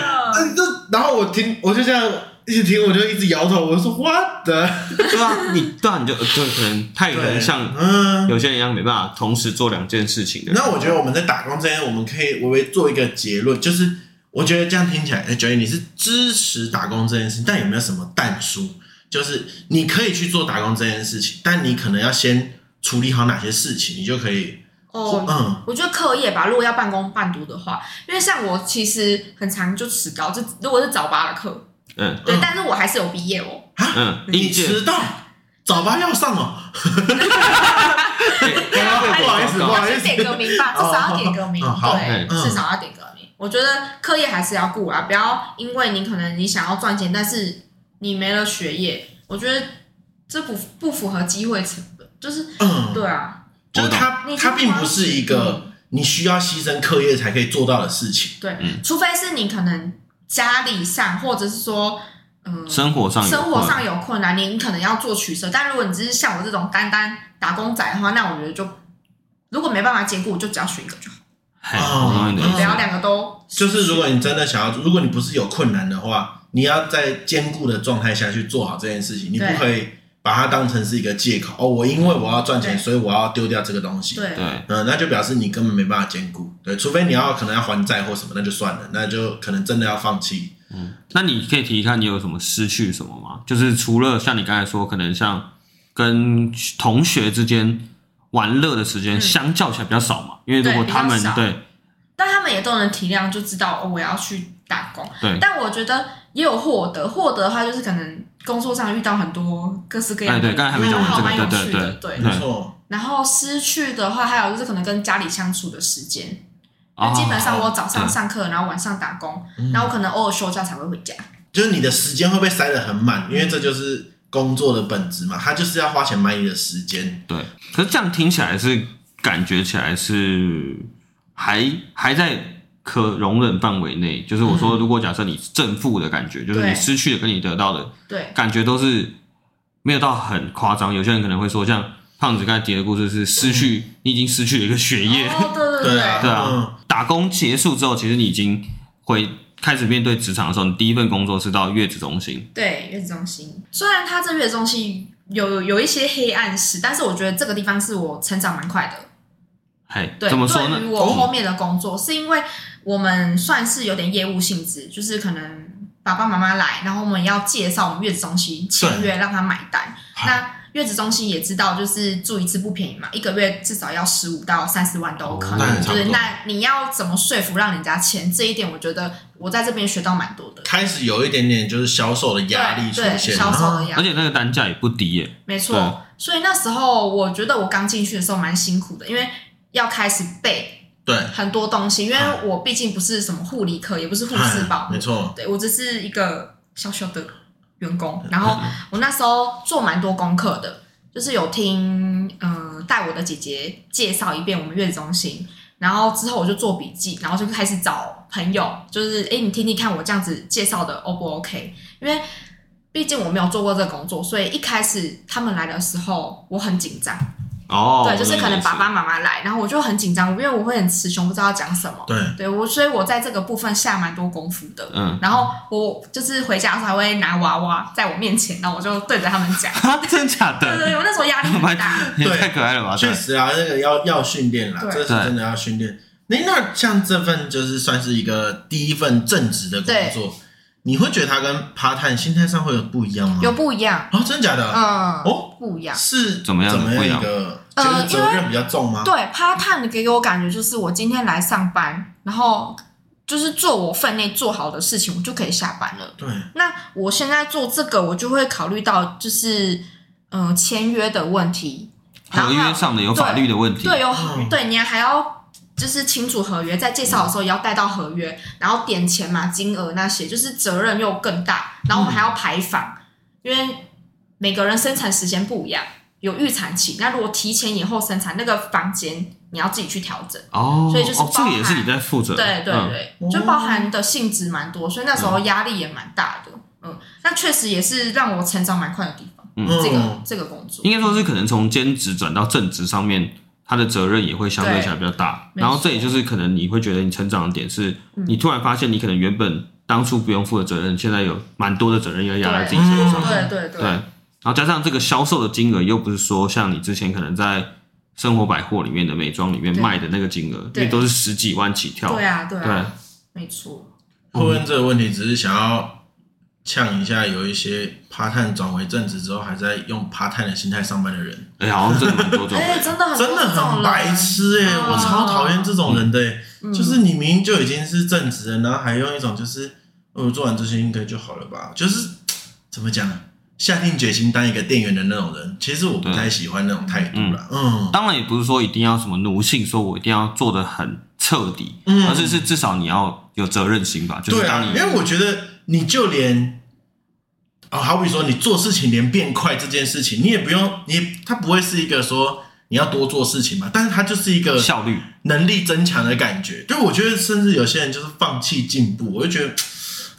Speaker 2: 这这，然后我听，我就这样一直听，我就一直摇头。我就说：“What the？”
Speaker 1: 对啊，你对啊，你就呃对，可能太可能像
Speaker 2: 嗯。
Speaker 1: 有些人一样没办法同时做两件事情的。
Speaker 2: 那我觉得我们在打工之间，我们可以微微做一个结论，就是我觉得这样听起来，哎，觉得你是支持打工这件事，但有没有什么淡书？就是你可以去做打工这件事情，但你可能要先处理好哪些事情，你就可以
Speaker 3: 哦，
Speaker 2: 嗯，
Speaker 3: 我觉得课业吧，如果要半工半读的话，因为像我其实很常就迟到，就如果是早八的课，
Speaker 1: 嗯
Speaker 3: 对，
Speaker 2: 嗯
Speaker 3: 但是我还是有毕业哦。
Speaker 1: 嗯，
Speaker 2: 啊你
Speaker 1: 应届
Speaker 2: 迟到，早八要上哦。哎
Speaker 1: 对
Speaker 2: 不好意
Speaker 1: 哎
Speaker 2: 思，不好意
Speaker 3: 还
Speaker 2: 思
Speaker 3: 是，点个名吧，至少要点个名，
Speaker 2: 哦哦好
Speaker 1: 嗯
Speaker 3: 对，
Speaker 2: 嗯
Speaker 3: 至少要点个名。我觉得课业还是要顾啊，不要因为你可能你想要赚钱，但是你没了学业，我觉得这不不符合机会成本，就是
Speaker 2: 嗯，
Speaker 3: 对啊，
Speaker 2: 就是它
Speaker 3: 你，
Speaker 2: 它并不是一个你需要牺牲课业才可以做到的事情。
Speaker 3: 对
Speaker 1: 嗯，
Speaker 3: 除非是你可能家里上或者是说嗯
Speaker 1: 生活上有
Speaker 3: 生活
Speaker 1: 困
Speaker 3: 上有困难，你你可能要做取舍。但如果你只是像我这种单单打工仔的话，那我觉得就如果没办法兼顾，就只要选一个就好，
Speaker 1: 嘿，我懂你的意
Speaker 2: 嗯
Speaker 3: 不要
Speaker 1: 思。
Speaker 3: 两个都
Speaker 2: 就是如果你真的想要，如果你不是有困难的话，你要在兼顾的状态下去做好这件事情，你不
Speaker 3: 对
Speaker 2: 可以把它当成是一个借口哦，我因为我要赚钱，
Speaker 3: 对
Speaker 2: 所以我要丢掉这个东西。
Speaker 3: 对
Speaker 1: 对，
Speaker 2: 嗯，那就表示你根本没办法兼顾，对，除非你要可能要还债或什么，那就算了，那就可能真的要放弃。
Speaker 1: 那你可以提一看你有什么失去什么吗？就是除了像你刚才说，可能像跟同学之间玩乐的时间
Speaker 3: 嗯
Speaker 1: 相较起来比较少嘛，因为如
Speaker 3: 对
Speaker 1: 果
Speaker 3: 比
Speaker 1: 他
Speaker 3: 较
Speaker 1: 们
Speaker 3: 少
Speaker 1: 对
Speaker 3: 但他们也都能体谅，就知道哦，我要去打工。
Speaker 1: 对
Speaker 3: 但我觉得也有获得，获得的话就是可能工作上遇到很多各式各样
Speaker 1: 哎
Speaker 3: 的，
Speaker 1: 对，刚才还没讲完
Speaker 3: 好
Speaker 1: 这
Speaker 3: 蛮
Speaker 1: 个，
Speaker 3: 有
Speaker 1: 对
Speaker 3: 趣
Speaker 1: 对
Speaker 3: 的，
Speaker 1: 对
Speaker 3: 对。
Speaker 2: 没错，
Speaker 3: 然后失去的话，还有就是可能跟家里相处的时间，
Speaker 1: 啊
Speaker 3: 那基本上我早
Speaker 1: 对嗯
Speaker 3: 上上课，然后晚上打工，然后我可能偶尔休假才会回家。
Speaker 2: 就是你的时间会被塞得很满，因为这就是工作的本质嘛，它就是要花钱买你的时间。
Speaker 1: 对，可是这样听起来是感觉起来是还还在可容忍范围内。就是我说，如果假设你正负的感觉，就是你
Speaker 3: 嗯对
Speaker 1: 失去的跟你得到的
Speaker 3: 对
Speaker 1: 感觉都是没有到很夸张。有些人可能会说，像胖子刚才提的故事是失去，你已经失去了一个学业，
Speaker 3: 嗯哦，对对
Speaker 2: 对啊，
Speaker 1: 对啊
Speaker 2: 嗯，
Speaker 1: 打工结束之后，其实你已经会开始面对职场的时候，你第一份工作是到月子中心，
Speaker 3: 对，月子中心。虽然它这月子中心有有一些黑暗史，但是我觉得这个地方是我成长蛮快的。
Speaker 1: 嘿，
Speaker 3: 对，
Speaker 1: 怎么说
Speaker 3: 对于
Speaker 1: 呢？哦
Speaker 3: 我后面的工作，是因为我们算是有点业务性质，就是可能爸爸妈妈来，然后我们要介绍我们月子中心签约，让他买单。那月子中心也知道，就是住一次不便宜嘛，一个月至少要十五到三十万都有
Speaker 2: 哦
Speaker 3: 可
Speaker 2: 那
Speaker 3: 能。
Speaker 2: 也差
Speaker 3: 就
Speaker 2: 不
Speaker 1: 多
Speaker 3: 是那你要怎么说服让人家签这一点，我觉得我在这边学到蛮多的。
Speaker 2: 开始有一点点就是销售的压力出
Speaker 3: 对对
Speaker 2: 现，
Speaker 3: 销售
Speaker 2: 啊
Speaker 3: 的压
Speaker 1: 而
Speaker 3: 力，
Speaker 1: 且那个单价也不低耶、
Speaker 3: 没
Speaker 1: 对
Speaker 3: 错。所以那时候我觉得我刚进去的时候蛮辛苦的，因为要开始背
Speaker 2: 对，
Speaker 3: 很多东西，因为
Speaker 2: 嗯
Speaker 3: 我毕竟不是什么护理科，也不是护士保
Speaker 2: 嗯
Speaker 3: 姆
Speaker 2: 没，错，
Speaker 3: 对我只是一个小小的员工。
Speaker 2: 嗯
Speaker 3: 然后我那时候做蛮多功课的，就是有听嗯带、我的姐姐介绍一遍我们月子中心，然后之后我就做笔记，然后就开始找朋友，就是哎、诶你听听看我这样子介绍的 O 不 OK？因为毕竟我没有做过这个工作，所以一开始他们来的时候我很紧张，
Speaker 1: 哦，
Speaker 3: 对，就是
Speaker 1: 我懂
Speaker 3: 可
Speaker 1: 你
Speaker 3: 能
Speaker 1: 意思
Speaker 3: 爸爸妈妈来，然后我就很紧张，因为我会很词穷，不知道要讲什么。
Speaker 2: 对，
Speaker 3: 对我，所以我在这个部分下蛮多功夫的。
Speaker 1: 嗯。
Speaker 3: 然后我就是回家的时候还会拿娃娃在我面前，然后我就对着他们讲
Speaker 1: 哈， 真假
Speaker 3: 对对
Speaker 1: 的？
Speaker 3: 对，我那时候压力很
Speaker 1: 蛮
Speaker 3: 大。
Speaker 1: 也
Speaker 2: 对
Speaker 1: 太可爱了吧！
Speaker 2: 确
Speaker 1: 对，
Speaker 2: 实啊，那个要要训练啦，
Speaker 3: 对
Speaker 2: 这是真的要训练。您那像这份就是算是一个第一份正职的工作，你会觉得它跟趴探心态上会有不一样吗？
Speaker 3: 有不一样，
Speaker 2: 哦，真假的？
Speaker 3: 嗯，
Speaker 2: 哦，
Speaker 3: 不一样。
Speaker 2: 是
Speaker 1: 怎么样
Speaker 2: 怎么
Speaker 1: 不一
Speaker 2: 样
Speaker 1: 样
Speaker 2: 一个？
Speaker 3: 呃
Speaker 2: 觉得责
Speaker 3: 因
Speaker 2: 任比较重吗？
Speaker 3: 对 p a 给我感觉就是我今天来上班，然后就是做我分内做好的事情，我就可以下班了。
Speaker 2: 对，
Speaker 3: 那我现在做这个，我就会考虑到就是嗯、呃签约的问题，然
Speaker 1: 合
Speaker 3: 后
Speaker 1: 约上的有法律的问题，
Speaker 3: 对，有、
Speaker 2: 嗯
Speaker 3: 对你还要就是清楚合约，在介绍的时候也要带到合约，然后点钱嘛、金额那些，就是责任又更大。然后我们还要排访，因为每个人生产时间不一样，有预产期。那如果提前延后生产，那个房间你要自己去调整。
Speaker 1: 哦，
Speaker 3: 所以就是
Speaker 1: 哦，这
Speaker 3: 包
Speaker 1: 个
Speaker 3: 含
Speaker 1: 也是你在负责，
Speaker 3: 对对
Speaker 1: 嗯
Speaker 3: 对，
Speaker 2: 嗯
Speaker 3: 就包含的性质蛮多，所以那时候压力也蛮大的。嗯，那确实也是让我成长蛮快的地方。
Speaker 1: 嗯
Speaker 3: 这个
Speaker 2: 嗯
Speaker 3: 这个工作，
Speaker 1: 应该说是可能从兼职转到正职上面，他的责任也会相对起来比较大。
Speaker 3: 对
Speaker 1: 然后
Speaker 3: 没错嗯
Speaker 1: 这也就是可能你会觉得你成长的点是，你突然发现你可能原本当初不用负的责任，现在有蛮多的责任要压在自己身上。
Speaker 3: 对对对
Speaker 1: 对，然后加上这个销售的金额又不是说像你之前可能在生活百货里面的美妆里面
Speaker 3: 对
Speaker 1: 卖的那个金额，
Speaker 3: 对
Speaker 1: 那都是十几万起跳。
Speaker 3: 对啊对
Speaker 1: 对
Speaker 3: 啊，没错。
Speaker 2: 会问这个问题，只是想要呛一下有一些趴探转为正职之后还在用趴探的心态上班的人。
Speaker 1: 哎、好像真的蛮多种
Speaker 3: 哎、真的很多
Speaker 2: 真的很白痴哎、
Speaker 3: 嗯
Speaker 2: 我超讨厌这种人的、欸
Speaker 3: 嗯
Speaker 2: 就是你明明就已经是正职了，然后还用一种就是，哦，做完这些应该就好了吧，就是怎么讲呢，下定决心当一个店员的那种人，其实我不太喜欢那种态度啦。嗯，
Speaker 1: 当然也不是说一定要什么奴性，说我一定要做的很彻底，
Speaker 2: 嗯
Speaker 1: 而是是至少你要有责任心吧。就是
Speaker 2: 对
Speaker 1: 当
Speaker 2: 啊，
Speaker 1: 你
Speaker 2: 因为我觉得你就连，哦，好比说你做事情连变快这件事情，你也不用，你也它不会是一个说你要多做事情嘛，但是它就是一个
Speaker 1: 效率，
Speaker 2: 能力增强的感觉。就我觉得，甚至有些人就是放弃进步，我就觉得，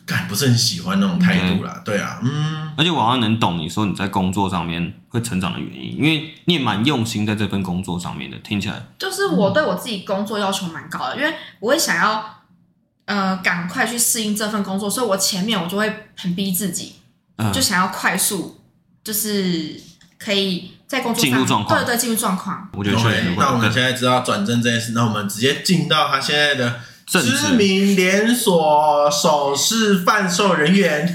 Speaker 2: 感不是很喜欢那种态度啦。对啊，嗯，
Speaker 1: 而且我好像能懂你说你在工作上面会成长的原因，因为你也蛮用心在这份工作上面的，听起来
Speaker 3: 就是我对我自己工作要求蛮高的，因为我会想要呃赶快去适应这份工作，所以我前面我就会很逼自己，
Speaker 1: 嗯
Speaker 3: 就想要快速就是可以在工作
Speaker 1: 进入
Speaker 3: 上
Speaker 1: 状况
Speaker 3: 对对进入状况。
Speaker 1: 我觉得确实会
Speaker 2: 对那我们
Speaker 1: 更
Speaker 2: 现在知道转正这件事，那我们直接进到他现在的
Speaker 1: 政治
Speaker 2: 知名连锁首饰贩售人 员，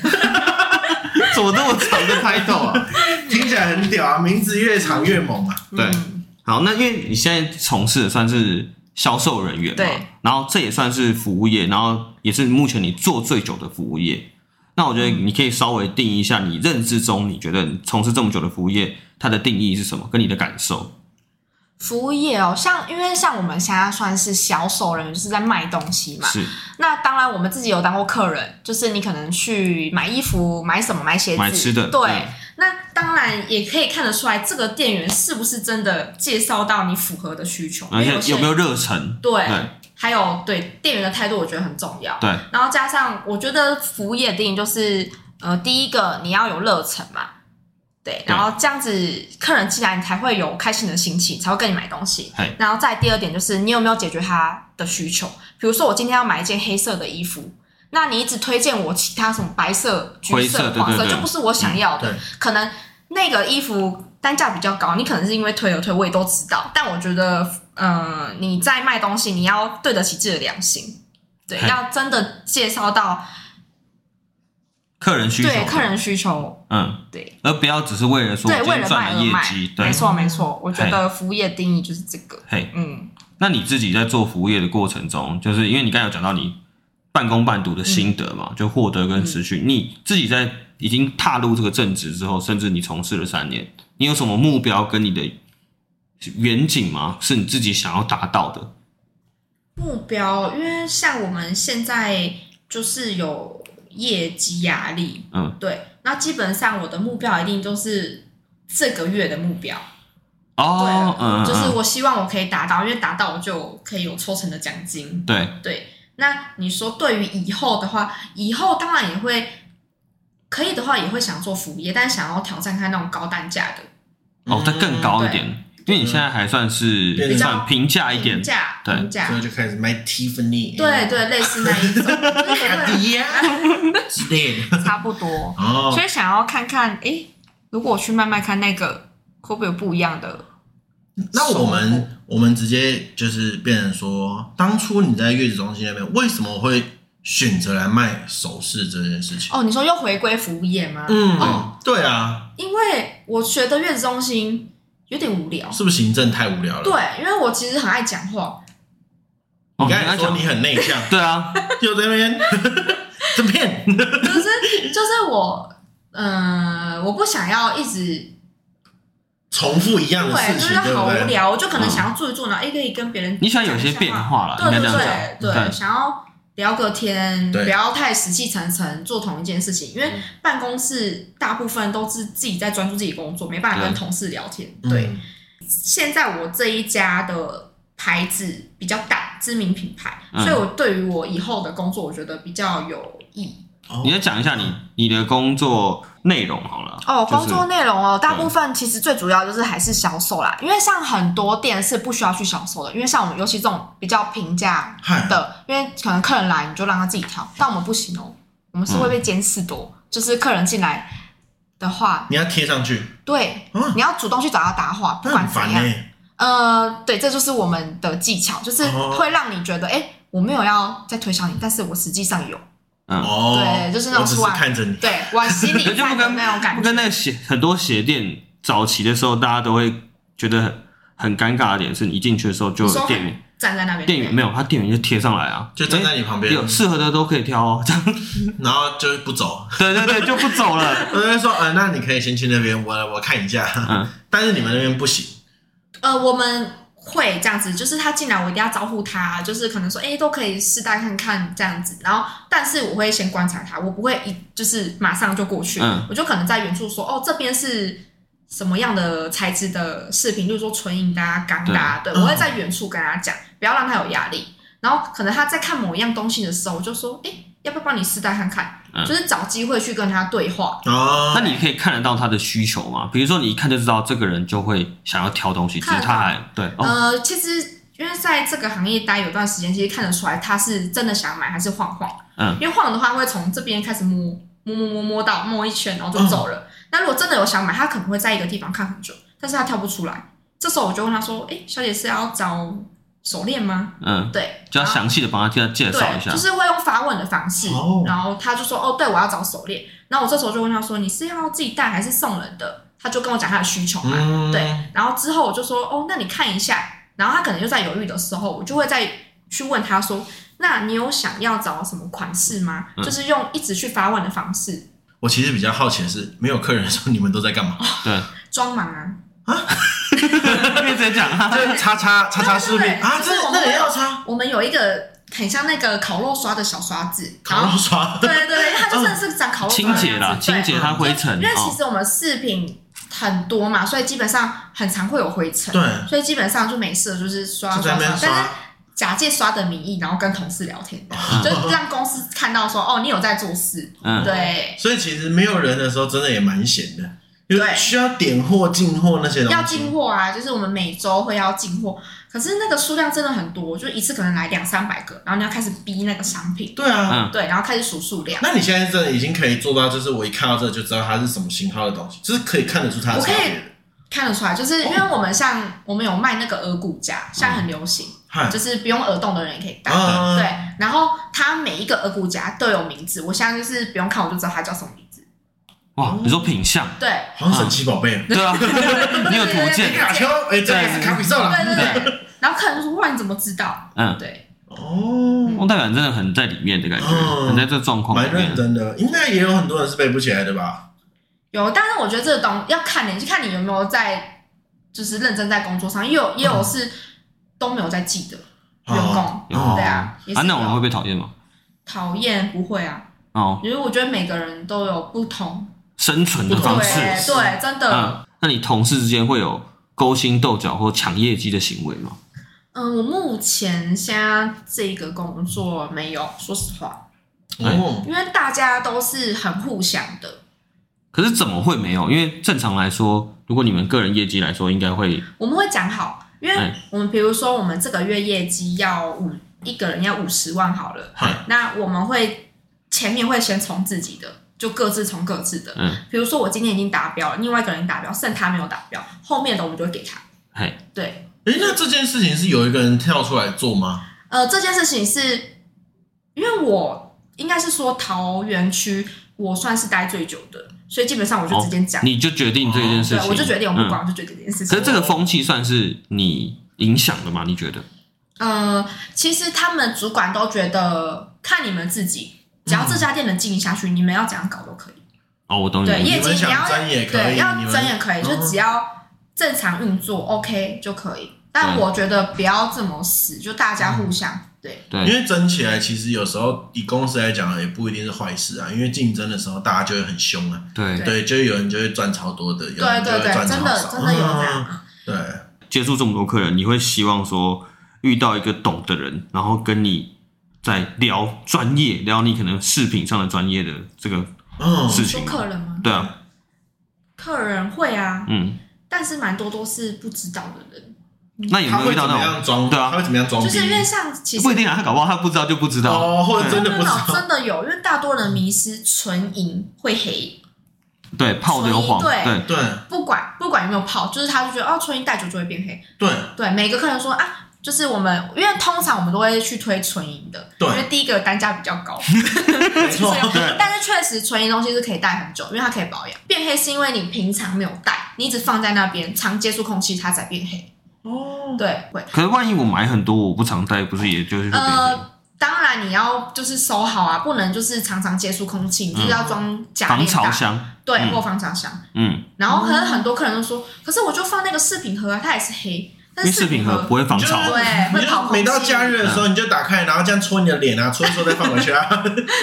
Speaker 1: 怎么那么长的 title 啊？
Speaker 2: 听起来很屌啊，名字越长越猛啊。
Speaker 1: 对
Speaker 3: 嗯
Speaker 1: 好，那因为你现在从事的算是销售人员嘛
Speaker 3: 对，
Speaker 1: 然后这也算是服务业，然后也是目前你做最久的服务业。那我觉得你可以稍微定义一下，你认知中你觉得你从事这么久的服务业，它的定义是什么，跟你的感受。
Speaker 3: 服务业哦，像因为像我们现在算是销售人员，就是在卖东西嘛。
Speaker 1: 是
Speaker 3: 那当然，我们自己有当过客人，就是你可能去买衣服、买什么、买鞋子、
Speaker 1: 买吃的，
Speaker 3: 对，
Speaker 1: 嗯
Speaker 3: 那当然也可以看得出来，这个店员是不是真的介绍到你符合的需求，
Speaker 1: 而且
Speaker 3: 些
Speaker 1: 有没有热忱？
Speaker 3: 对，
Speaker 1: 对
Speaker 3: 还有对店员的态度，我觉得很重要。
Speaker 1: 对，
Speaker 3: 然后加上我觉得服务业的定义就是，呃，第一个你要有热忱嘛，对，然后这样子客人进来你才会有开心的心情，才会跟你买东西
Speaker 1: 嘿。
Speaker 3: 然后再第二点就是你有没有解决他的需求，比如说我今天要买一件黑色的衣服。那你一直推荐我其他什么白色、橘
Speaker 1: 灰
Speaker 3: 色、
Speaker 1: 色对
Speaker 3: 黄色，
Speaker 1: 对对嗯
Speaker 3: 就不是我想要的。
Speaker 2: 对
Speaker 3: 可能那个衣服单价比较高，你可能是因为推而推，我也都知道。但我觉得，呃，你在卖东西，你要对得起自己的良心，对，
Speaker 1: 嘿
Speaker 3: 要真的介绍到
Speaker 1: 客人需求，
Speaker 3: 对客，人需求，
Speaker 1: 嗯，
Speaker 3: 对
Speaker 1: 而不要只是为了说我
Speaker 3: 对，
Speaker 1: 今
Speaker 3: 为
Speaker 1: 天
Speaker 3: 了
Speaker 1: 赚
Speaker 3: 卖而
Speaker 1: 了业
Speaker 3: 卖
Speaker 1: 绩，，对
Speaker 3: 没，错没错。我觉得服务业定义就是这个，
Speaker 1: 嘿，
Speaker 3: 嗯，
Speaker 1: 那你自己在做服务业的过程中，就是因为你刚才有讲到你半工半读的心得嘛，
Speaker 3: 嗯
Speaker 1: 就获得跟失去。你自己在已经踏入这个正职之后，甚至你从事了三年，你有什么目标跟你的远景吗？是你自己想要达到的？
Speaker 3: 目标，因为像我们现在就是有业绩压力，
Speaker 1: 嗯，
Speaker 3: 对，那基本上我的目标一定都是这个月的目标。
Speaker 1: 哦，嗯，嗯
Speaker 3: 啊就是
Speaker 1: 嗯
Speaker 3: 我希望我可以达到，因为达到我就可以有抽成的奖金。
Speaker 1: 对，
Speaker 3: 对，那你说对于以后的话，以后当然也会可以的话，也会想做服务业，但想要挑战看那种高单价的嗯
Speaker 1: 哦，再更高一点，因为你现在还算
Speaker 2: 对
Speaker 1: 是
Speaker 2: 比较
Speaker 1: 算平价一点
Speaker 3: 评，价，
Speaker 1: 对
Speaker 3: 评价
Speaker 2: 所，以就开始卖 Tiffany，
Speaker 3: 对，对，类似那一 种，
Speaker 2: 卡
Speaker 3: 对
Speaker 2: 地亚之类的。
Speaker 3: 对差不多。
Speaker 2: 哦，
Speaker 3: 所以想要看看，诶，如果我去卖卖看那个，会不会有不一样的？
Speaker 2: 那我们我们直接就是变成说，当初你在月子中心那边为什么会选择来卖首饰这件事情？
Speaker 3: 哦，你说又回归服务业吗？
Speaker 2: 嗯，
Speaker 3: 哦
Speaker 2: 对啊，
Speaker 3: 因为我学的月子中心有点无聊。
Speaker 2: 是不是行政太无聊了？
Speaker 3: 对，因为我其实很爱讲话，
Speaker 1: 哦
Speaker 2: 你刚才
Speaker 1: 你刚才
Speaker 2: 说
Speaker 1: 讲
Speaker 2: 你很内向，
Speaker 1: 对啊，
Speaker 2: 就在那边这骗。
Speaker 3: 就是就是我，呃，我不想要一直
Speaker 2: 重复一样的
Speaker 3: 对，
Speaker 2: 事
Speaker 3: 就是
Speaker 2: 情，对
Speaker 3: 好
Speaker 2: 不
Speaker 3: 无
Speaker 2: 对？
Speaker 3: 聊，我就可能想要做一做，然后也可以跟别人
Speaker 1: 嗯你喜欢有些变化啦
Speaker 3: 讲一下
Speaker 1: 应该
Speaker 3: 话
Speaker 1: 这样
Speaker 3: 对
Speaker 1: 讲嗯
Speaker 3: 对对
Speaker 1: 对
Speaker 3: 对，想要聊个天，
Speaker 2: 对
Speaker 3: 不要太死气沉沉做同一件事情，因为办公室大部分都是自己在专注自己工作，没办法跟
Speaker 1: 对
Speaker 3: 同事聊天。对，
Speaker 2: 嗯，
Speaker 3: 现在我这一家的牌子比较大，知名品牌，
Speaker 1: 嗯
Speaker 3: 所以我对于我以后的工作，我觉得比较有意义。
Speaker 2: 哦
Speaker 1: 你再讲一下你你的工作内容好了。
Speaker 3: 哦，
Speaker 1: 就是
Speaker 3: 工作内容哦，大
Speaker 1: 对
Speaker 3: 部分其实最主要就是还是销售啦，因为像很多店是不需要去销售的，因为像我们尤其这种比较平价
Speaker 2: 嗨，
Speaker 3: 的，因为可能客人来你就让他自己挑，但我们不行哦，我们是会被监视的
Speaker 1: 嗯
Speaker 3: 哦，就是客人进来的话，
Speaker 2: 你要贴上去，
Speaker 3: 对，
Speaker 1: 嗯
Speaker 2: 啊
Speaker 3: 你要主动去找他搭话，不
Speaker 2: 那
Speaker 3: 管
Speaker 2: 很
Speaker 3: 怎
Speaker 2: 烦
Speaker 1: 欸
Speaker 2: 欸
Speaker 3: 样，
Speaker 2: 呢。
Speaker 3: 呃，对，这就是我们的技巧，就是
Speaker 2: 哦
Speaker 3: 会让你觉得，哎，我没有要再推销你，但是我实际上有，
Speaker 2: 哦，
Speaker 3: 对就是那种
Speaker 2: 我只是
Speaker 3: 突然
Speaker 2: 看着你，
Speaker 3: 对，往心里
Speaker 1: 就不
Speaker 3: 看的
Speaker 1: 跟
Speaker 3: 那种感
Speaker 1: 不
Speaker 3: 觉，
Speaker 1: 跟那个鞋很多鞋店早期的时候，大家都会觉得很很尴尬的点是，你进去的时候就
Speaker 3: 你说
Speaker 1: 有店员，
Speaker 3: 站在那边，
Speaker 1: 店员没有，他店员就贴上来啊，
Speaker 2: 就站在你旁边，嗯
Speaker 1: 有适合的都可以挑哦，这样
Speaker 2: 然后就 不走。
Speaker 1: 对对对，就不走了。
Speaker 2: 我就说，呃，那你可以先去那边，我我看一下。
Speaker 1: 嗯，
Speaker 2: 但是你们那边不行，
Speaker 3: 呃，我们会这样子，就是他进来，我一定要招呼他，就是可能说，哎、都可以试戴看看这样子。然后，但是我会先观察他，我不会一就是马上就过去，
Speaker 1: 嗯
Speaker 3: 我就可能在远处说，哦，这边是什么样的材质的饰品，例如说纯银的、啊、钢的、啊，对
Speaker 2: 嗯
Speaker 3: 我会在远处跟他讲，不要让他有压力。然后，可能他在看某一样东西的时候，我就说，哎、要不要帮你试戴看看？
Speaker 1: 嗯
Speaker 3: 就是找机会去跟他对话，
Speaker 1: 那
Speaker 2: 哦，
Speaker 1: 你可以看得到他的需求吗？比如说你一看就知道这个人就会想要挑东西，只
Speaker 3: 看
Speaker 1: 是
Speaker 3: 得到
Speaker 1: 他还对哦，
Speaker 3: 呃，其实因为在这个行业待有段时间，其实看得出来他是真的想买还是晃晃。
Speaker 1: 嗯，
Speaker 3: 因为晃的话会从这边开始摸摸摸摸摸到摸一圈，然后就走了。那如果真的有想买，他可能会在一个地方看很久，但是他跳不出来。这时候我就问他说：“哎、小姐是要找手链吗
Speaker 1: 嗯？”，
Speaker 3: 对，
Speaker 1: 就要
Speaker 3: 然后
Speaker 1: 详细的帮他介介绍一下
Speaker 3: 对，就。是会用发问的方式。
Speaker 2: 哦
Speaker 3: 然后他就说：“哦，对，我要找手链。”然后我这时候就问他说：“你是要自己戴还是送人的？”他就跟我讲他的需求嘛。
Speaker 2: 嗯，
Speaker 3: 对，然后之后我就说：“哦，那你看一下。”然后他可能就在犹豫的时候，我就会再去问他说：“那你有想要找什么款式吗？”
Speaker 1: 嗯
Speaker 3: 就是用一直去发问的方式
Speaker 2: 我其实比较好奇的是，没有客人的时候你们都在干嘛？
Speaker 1: 对，
Speaker 3: 装忙啊。
Speaker 1: 可以直接讲啊。
Speaker 2: 就是叉叉叉叉视频
Speaker 3: 对对对
Speaker 2: 啊，
Speaker 3: 就
Speaker 2: 这
Speaker 3: 是我们
Speaker 2: 那也要叉
Speaker 3: 我们有一个很像那个烤肉刷的小刷子，然
Speaker 2: 烤
Speaker 3: 后
Speaker 2: 肉刷，
Speaker 3: 对对对，它就真的是长烤肉刷
Speaker 1: 清
Speaker 3: 的
Speaker 1: 洁啦，
Speaker 3: 样子
Speaker 1: 清洁它灰尘
Speaker 3: 对，因为
Speaker 1: 哦
Speaker 3: 其。实我们饰品很多嘛，所以基本上很常会有灰尘，
Speaker 2: 对，
Speaker 3: 所以基本上就没事了，就是刷
Speaker 2: 就在
Speaker 3: 刷
Speaker 2: 那
Speaker 3: 刷
Speaker 2: 边，
Speaker 3: 但是
Speaker 2: 刷。
Speaker 3: 假借刷的名义，然后跟同事聊天，就让公司看到说哦，你有在做事，
Speaker 1: 啊嗯
Speaker 3: 对，
Speaker 2: 所以其实没有人的时候，真的也蛮闲的，就是
Speaker 3: 对
Speaker 2: 需要点货、进货那些东西。
Speaker 3: 要进货啊，就是我们每周会要进货，可是那个数量真的很多，就一次可能来两三百个，然后你要开始逼那个商品。
Speaker 2: 对啊，
Speaker 1: 嗯，
Speaker 3: 对，然后开始数数量。
Speaker 2: 那你现在真的已经可以做到，就是我一看到这就知道它是什么型号的东西，就是可以看得出它的
Speaker 3: 我
Speaker 2: 差
Speaker 3: 可以
Speaker 2: 别的。
Speaker 3: 看得出来，就是
Speaker 1: 哦
Speaker 3: 因为我们像我们有卖那个耳骨架，现在很流行，
Speaker 1: 嗯
Speaker 2: 嗨，
Speaker 3: 就是不用耳洞的人也可以戴。
Speaker 2: 啊，
Speaker 3: 对，然后它每一个耳骨夹都有名字，我现在就是不用看我就知道它叫什么名字。
Speaker 1: 哇，你说品相，
Speaker 3: 对，
Speaker 2: 好像神奇宝贝啊。
Speaker 1: 对啊，你有图
Speaker 3: 对
Speaker 1: 鉴
Speaker 3: 对，
Speaker 2: 卡丘，哎，这也是卡比兽啦。
Speaker 3: 对对对。然后客人就说：“哇，你怎么知道
Speaker 1: 嗯？”，
Speaker 3: 对，
Speaker 2: 哦，
Speaker 1: 汪代板真的很在里面的感觉，
Speaker 2: 嗯
Speaker 1: 很在这状况
Speaker 2: 蛮
Speaker 1: 里面
Speaker 2: 认。真的，应该也有很多人是背不起来的吧？
Speaker 3: 有，但是我觉得这个东要看你，就看你有没有在，就是认真在工作上，也有也有是都没有在记的员
Speaker 2: 哦
Speaker 3: 工，
Speaker 1: 哦
Speaker 3: 对啊，也
Speaker 1: 啊，
Speaker 3: 是
Speaker 1: 那我们会
Speaker 3: 有
Speaker 1: 被讨厌吗？
Speaker 3: 讨厌不会啊，
Speaker 1: 哦，
Speaker 3: 因为我觉得每个人都有不同
Speaker 1: 生存的方式。
Speaker 3: 对对，真的。
Speaker 1: 嗯，那你同事之间会有勾心斗角或抢业绩的行为吗？
Speaker 3: 嗯，我目前现在这个工作没有，说实话，
Speaker 2: 哦，
Speaker 3: 因为大家都是很互相的。
Speaker 1: 可是怎么会没有？因为正常来说，如果你们个人业绩来说，应该会
Speaker 3: 我们会讲好，因为
Speaker 1: 哎
Speaker 3: 我们比如说我们这个月业绩要五，一个人要五十万好了
Speaker 2: 嗨，
Speaker 3: 那我们会前面会先从自己的，就各自从各自的。
Speaker 1: 嗯，
Speaker 3: 比如说我今天已经达标了，另外一个人达标，剩他没有达标，后面的我们就会给他。
Speaker 1: 嘿，
Speaker 3: 对，
Speaker 2: 哎，那这件事情是有一个人跳出来做吗？
Speaker 3: 呃，这件事情是因为我应该是说桃园区，我算是待最久的，所以基本上我就直接讲，
Speaker 1: 哦你就决定这件事
Speaker 3: 对
Speaker 1: 情。
Speaker 3: 我就决定我不
Speaker 1: 嗯。
Speaker 3: 管，我就决定这件事
Speaker 1: 可
Speaker 3: 情。
Speaker 1: 是这个风气算是你影响的吗？你觉得？
Speaker 3: 呃，其实他们主管都觉得看你们自己，只要这家店能经营下去，你们要怎样搞都可以，
Speaker 1: 哦，我懂你的
Speaker 3: 对，
Speaker 1: 意
Speaker 3: 业
Speaker 1: 思。
Speaker 3: 绩
Speaker 2: 你们想
Speaker 3: 要
Speaker 2: 增也可以
Speaker 3: 对，要
Speaker 2: 你们
Speaker 3: 增也可以，就
Speaker 2: 嗯
Speaker 3: 只要正常运作，OK 就可以。但
Speaker 1: 对
Speaker 3: 我觉得不要这么死，就大家互相、对。
Speaker 2: 因
Speaker 1: 对，
Speaker 2: 为争起来，其实有时候以公司来讲，也不一定是坏事啊。因为竞争的时候，大家就会很凶啊。
Speaker 1: 对，
Speaker 2: 对，就有人就会赚超多的，有
Speaker 3: 对
Speaker 2: 人就
Speaker 3: 对
Speaker 2: 会
Speaker 3: 对，
Speaker 2: 赚
Speaker 3: 真
Speaker 2: 超
Speaker 3: 的
Speaker 2: 少。
Speaker 3: 真的有这样
Speaker 2: 嗯。
Speaker 3: 嗯
Speaker 2: 对，
Speaker 1: 接触这么多客人，你会希望说遇到一个懂的人，然后跟你在聊专业，聊你可能饰品上的专业的这个
Speaker 2: 嗯，
Speaker 1: 事
Speaker 3: 说
Speaker 1: 情吗。
Speaker 3: 客人吗？
Speaker 1: 对啊，
Speaker 3: 客人会啊，
Speaker 1: 嗯，
Speaker 3: 但是蛮多都是不知道的人，
Speaker 1: 那有
Speaker 2: 他
Speaker 1: 没有
Speaker 2: 会
Speaker 1: 遇
Speaker 2: 怎
Speaker 1: 到
Speaker 2: 么
Speaker 1: 那
Speaker 2: 样
Speaker 1: 种？
Speaker 2: 装？
Speaker 1: 对啊
Speaker 2: 他会怎么样装
Speaker 3: 就
Speaker 2: 逼？
Speaker 3: 是因为像其实
Speaker 1: 不一定啊，他搞不好他不知道就不知道。
Speaker 2: 哦，或者真的
Speaker 3: 没
Speaker 2: 不知
Speaker 3: 有没有
Speaker 2: 道。
Speaker 3: 真的有，因为大多人迷失纯银会黑，
Speaker 1: 对，泡硫磺，
Speaker 3: 所以对
Speaker 1: 对，
Speaker 2: 对
Speaker 3: 不管不管有没有泡，就是他就觉得哦，纯银戴久就会变黑。
Speaker 2: 对
Speaker 3: 对，每个客人说啊，就是我们因为通常我们都会去推纯银的，
Speaker 2: 对
Speaker 3: 因为第一个单价比较高，
Speaker 2: 没错，
Speaker 3: 但是确实纯银东西是可以戴很久，因为它可以保养。变黑是因为你平常没有戴，你一直放在那边，常接触空气它才变黑。
Speaker 2: 哦，
Speaker 3: 对，会。
Speaker 1: 可是万一我买很多，我不常戴，不是也就是会变黑
Speaker 3: 呃，当然你要就是收好啊，不能就是常常接触空气，你就是要装假
Speaker 1: 嗯防
Speaker 3: 面
Speaker 1: 潮
Speaker 3: 罩，
Speaker 1: 箱？
Speaker 3: 对，
Speaker 1: 嗯
Speaker 3: 或防潮箱。
Speaker 1: 嗯，
Speaker 3: 然后可能很多客人都说，可是我就放那个饰品盒啊，它也是黑，
Speaker 1: 因
Speaker 3: 但
Speaker 1: 为
Speaker 3: 是
Speaker 1: 饰品盒不
Speaker 3: 会
Speaker 1: 会防
Speaker 2: 就是
Speaker 1: 潮。
Speaker 3: 对
Speaker 2: 你
Speaker 3: 会
Speaker 2: 就
Speaker 3: 跑
Speaker 2: 每到
Speaker 3: 空气
Speaker 2: 假日的时候，你就打开，然后这样搓你的脸啊，搓一搓再放回去 啊，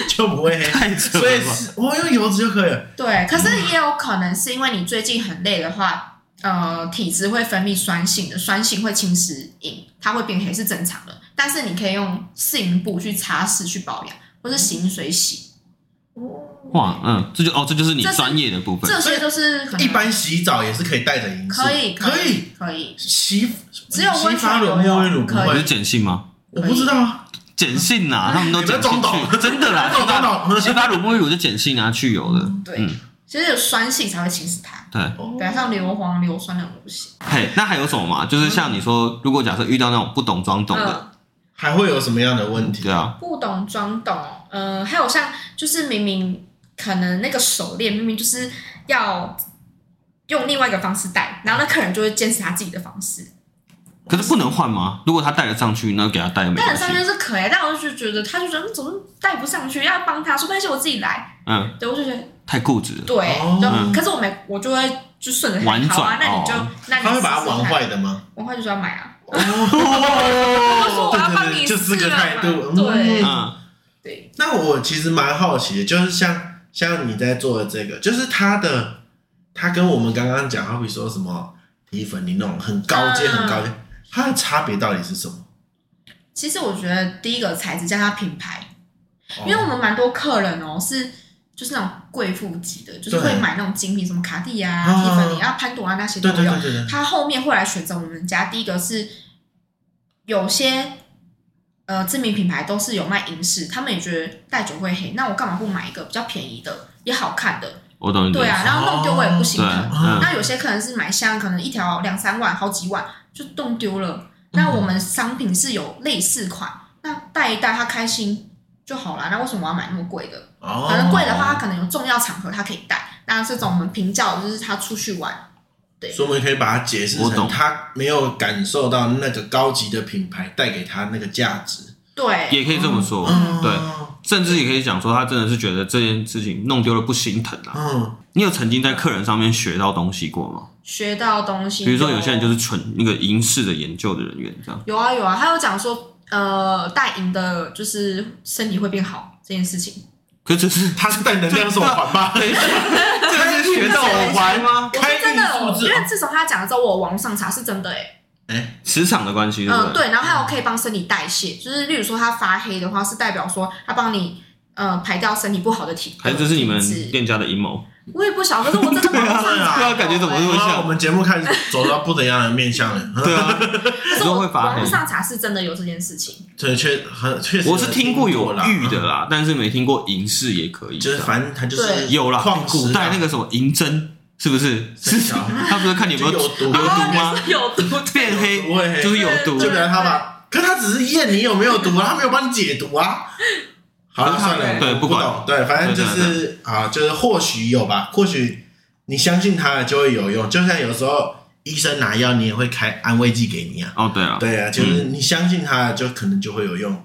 Speaker 2: 就不会黑。
Speaker 1: 太扯
Speaker 2: 所以
Speaker 1: 了吧！
Speaker 2: 是我用油脂就可以了。
Speaker 3: 对，可是也有可能是因为你最近很累的话，呃，体质会分泌酸性的，酸性会侵蚀银，它会变黑是正常的，但是你可以用适银布去擦拭去保养，或是洗银水洗，
Speaker 1: 哇，嗯，这就哦，这就是你
Speaker 3: 这是
Speaker 1: 专业的部分。
Speaker 3: 这些都是可能
Speaker 2: 一般洗澡也是可以带着银饰，
Speaker 3: 啊可以
Speaker 2: 可以。
Speaker 3: 可以。
Speaker 2: 洗
Speaker 3: 只有温泉
Speaker 2: 洗发乳、
Speaker 3: 有用
Speaker 2: 沐浴乳不
Speaker 3: 可
Speaker 1: 你
Speaker 3: 以
Speaker 1: 是
Speaker 2: 会，
Speaker 1: 碱性吗？
Speaker 2: 我不知道啊。
Speaker 1: 碱性啊，他们都
Speaker 2: 你们
Speaker 1: 碱性
Speaker 2: 装懂
Speaker 1: 去，真的啦，
Speaker 2: 装懂装懂
Speaker 1: 洗发乳沐浴乳就碱性啊，去油的。
Speaker 3: 对，
Speaker 1: 嗯
Speaker 3: 就是有酸性才会侵蚀它，
Speaker 1: 对，
Speaker 2: 哦
Speaker 3: 对啊，像硫磺、硫酸那种东西。
Speaker 1: 嘿，那还有什么嘛？就是像你说，如果假设遇到那种不懂装懂的，
Speaker 3: 嗯，
Speaker 2: 还会有什么样的问题
Speaker 1: 对？啊，
Speaker 3: 不懂装懂，呃，还有像就是明明可能那个手链明明就是要用另外一个方式戴，然后那客人就会坚持他自己的方式，
Speaker 1: 可是不能换吗？如果他带了上去，那给他带没
Speaker 3: 戴
Speaker 1: 关
Speaker 3: 了
Speaker 1: 系
Speaker 3: 上。去是可以，但我就觉得他就觉得嗯怎么戴不上去，要帮他说没关系，我自己来，
Speaker 1: 嗯，
Speaker 3: 对，我就觉得
Speaker 1: 太固执了。
Speaker 3: 对，
Speaker 2: 哦
Speaker 3: 就
Speaker 1: 嗯
Speaker 3: 可是我没我就会就顺着
Speaker 1: 婉
Speaker 3: 他，好啊
Speaker 1: 转，
Speaker 3: 那你就、
Speaker 1: 哦
Speaker 3: 那你
Speaker 2: 他会把它
Speaker 3: 试试
Speaker 2: 玩
Speaker 3: 看，
Speaker 2: 坏的 吗？
Speaker 3: 玩坏就是要买啊，我说
Speaker 2: 哦
Speaker 3: 我要帮
Speaker 2: 对对对，
Speaker 3: 你
Speaker 2: 就是
Speaker 3: 试
Speaker 2: 个
Speaker 3: 啊
Speaker 2: 态度。嗯
Speaker 3: 对
Speaker 1: 嗯，
Speaker 3: 对，
Speaker 2: 那我其实蛮好奇的，就是像像你在做的这个，就是它的，它跟我们刚刚讲，好比说什么提粉你那种很高阶、
Speaker 3: 嗯
Speaker 2: 很高阶，它的差别到底是什么？
Speaker 3: 其实我觉得第一个材质加它品牌。
Speaker 2: 哦
Speaker 3: 因为我们蛮多客人哦，是就是那种贵妇级的，就是会
Speaker 2: 对
Speaker 3: 买那种精品，什么卡地亚、
Speaker 2: 啊
Speaker 3: 蒂凡尼啊、潘朵拉那些都
Speaker 2: 对
Speaker 3: 有。
Speaker 2: 对对对对，
Speaker 3: 他后面会来选择我们家，第一个是有些呃知名品牌都是有卖银饰，他们也觉得戴久会黑，那我干嘛不买一个比较便宜的也好看的？
Speaker 1: 我懂你的
Speaker 3: 对
Speaker 1: 意
Speaker 3: 啊，
Speaker 1: 思。
Speaker 3: 然后弄丢我也不啊心
Speaker 1: 对，
Speaker 2: 哦
Speaker 3: 疼。
Speaker 1: 嗯，
Speaker 3: 那有些可能是买像可能一条两三万、好几万就弄丢了。
Speaker 1: 嗯
Speaker 3: 那我们商品是有类似款，那戴一戴他开心就好啦。那为什么我要买那么贵的？
Speaker 2: 哦，
Speaker 3: 可能贵的话，他可能有重要场合他可以戴。那这种我们平价的就是他出去玩，
Speaker 2: 所以我们可以把它解释
Speaker 1: 我懂
Speaker 2: 成他没有感受到那个高级的品牌带给他那个价值。
Speaker 3: 对
Speaker 1: 也可以这么说，
Speaker 2: 嗯，
Speaker 1: 哦对，甚至也可以讲说，他真的是觉得这件事情弄丢了不心疼啊。
Speaker 2: 嗯，
Speaker 1: 你有曾经在客人上面学到东西过吗？
Speaker 3: 学到东西。
Speaker 1: 比如说有些人就是纯那个银饰的研究的人员这样。
Speaker 3: 有啊有啊，他有讲说呃戴银的就是身体会变好这件事情。
Speaker 1: 可这 是
Speaker 2: 他是带能量手环吧？
Speaker 1: 对，这是学到我还吗？
Speaker 3: 我是真的
Speaker 2: 开运
Speaker 3: 哦，
Speaker 2: 数字
Speaker 3: 因为自从他讲了之后，我网络上查是真的哎、
Speaker 2: 哎，
Speaker 1: 磁场的关系，对不
Speaker 3: 嗯，对，然后还有可以帮身体代谢，就是例如说它发黑的话，是代表说它帮你呃排掉身体不好的体，
Speaker 1: 还是这是你们
Speaker 3: 体质
Speaker 1: 店家的阴谋？
Speaker 3: 我也不晓得，可是我真 的网上查
Speaker 1: 对啊
Speaker 3: 的
Speaker 1: 感觉怎么那么
Speaker 3: 欸
Speaker 1: 像
Speaker 2: 哇我们节目开始走到不怎样的面向了。
Speaker 1: 对啊，
Speaker 3: 可是
Speaker 1: 都
Speaker 3: 我
Speaker 1: 会发
Speaker 3: 网
Speaker 1: 黑
Speaker 3: 络。上查是真的有这件事情，
Speaker 2: 对，确很确实，
Speaker 1: 我是听过有
Speaker 2: 啦嗯
Speaker 1: 玉的啦，但是没听过银饰也可以。
Speaker 2: 就是反正它就是
Speaker 3: 对
Speaker 1: 有啦，
Speaker 2: 矿石啊
Speaker 1: 古代那个什么银针是不是？
Speaker 2: 真
Speaker 1: 是
Speaker 2: 假
Speaker 1: 他不是看你有没有
Speaker 2: 就有毒
Speaker 3: 啊
Speaker 1: 有毒吗？
Speaker 3: 有毒
Speaker 1: 变
Speaker 2: 有毒
Speaker 1: 黑
Speaker 2: 欸
Speaker 1: 就是有毒。
Speaker 2: 就表示他把，可他只是验你有没有毒啊，他没有帮你解毒 啊。好了，算了，
Speaker 1: 对
Speaker 2: 我
Speaker 1: 不管
Speaker 2: 懂对，反正就
Speaker 1: 对对
Speaker 2: 是啊，就是或许有吧，或许你相信他了就会有用，就像有时候医生拿药，你也会开安慰剂给你啊。
Speaker 1: 哦，对啊，
Speaker 2: 对啊，就是你相信他了，就可能就会有用。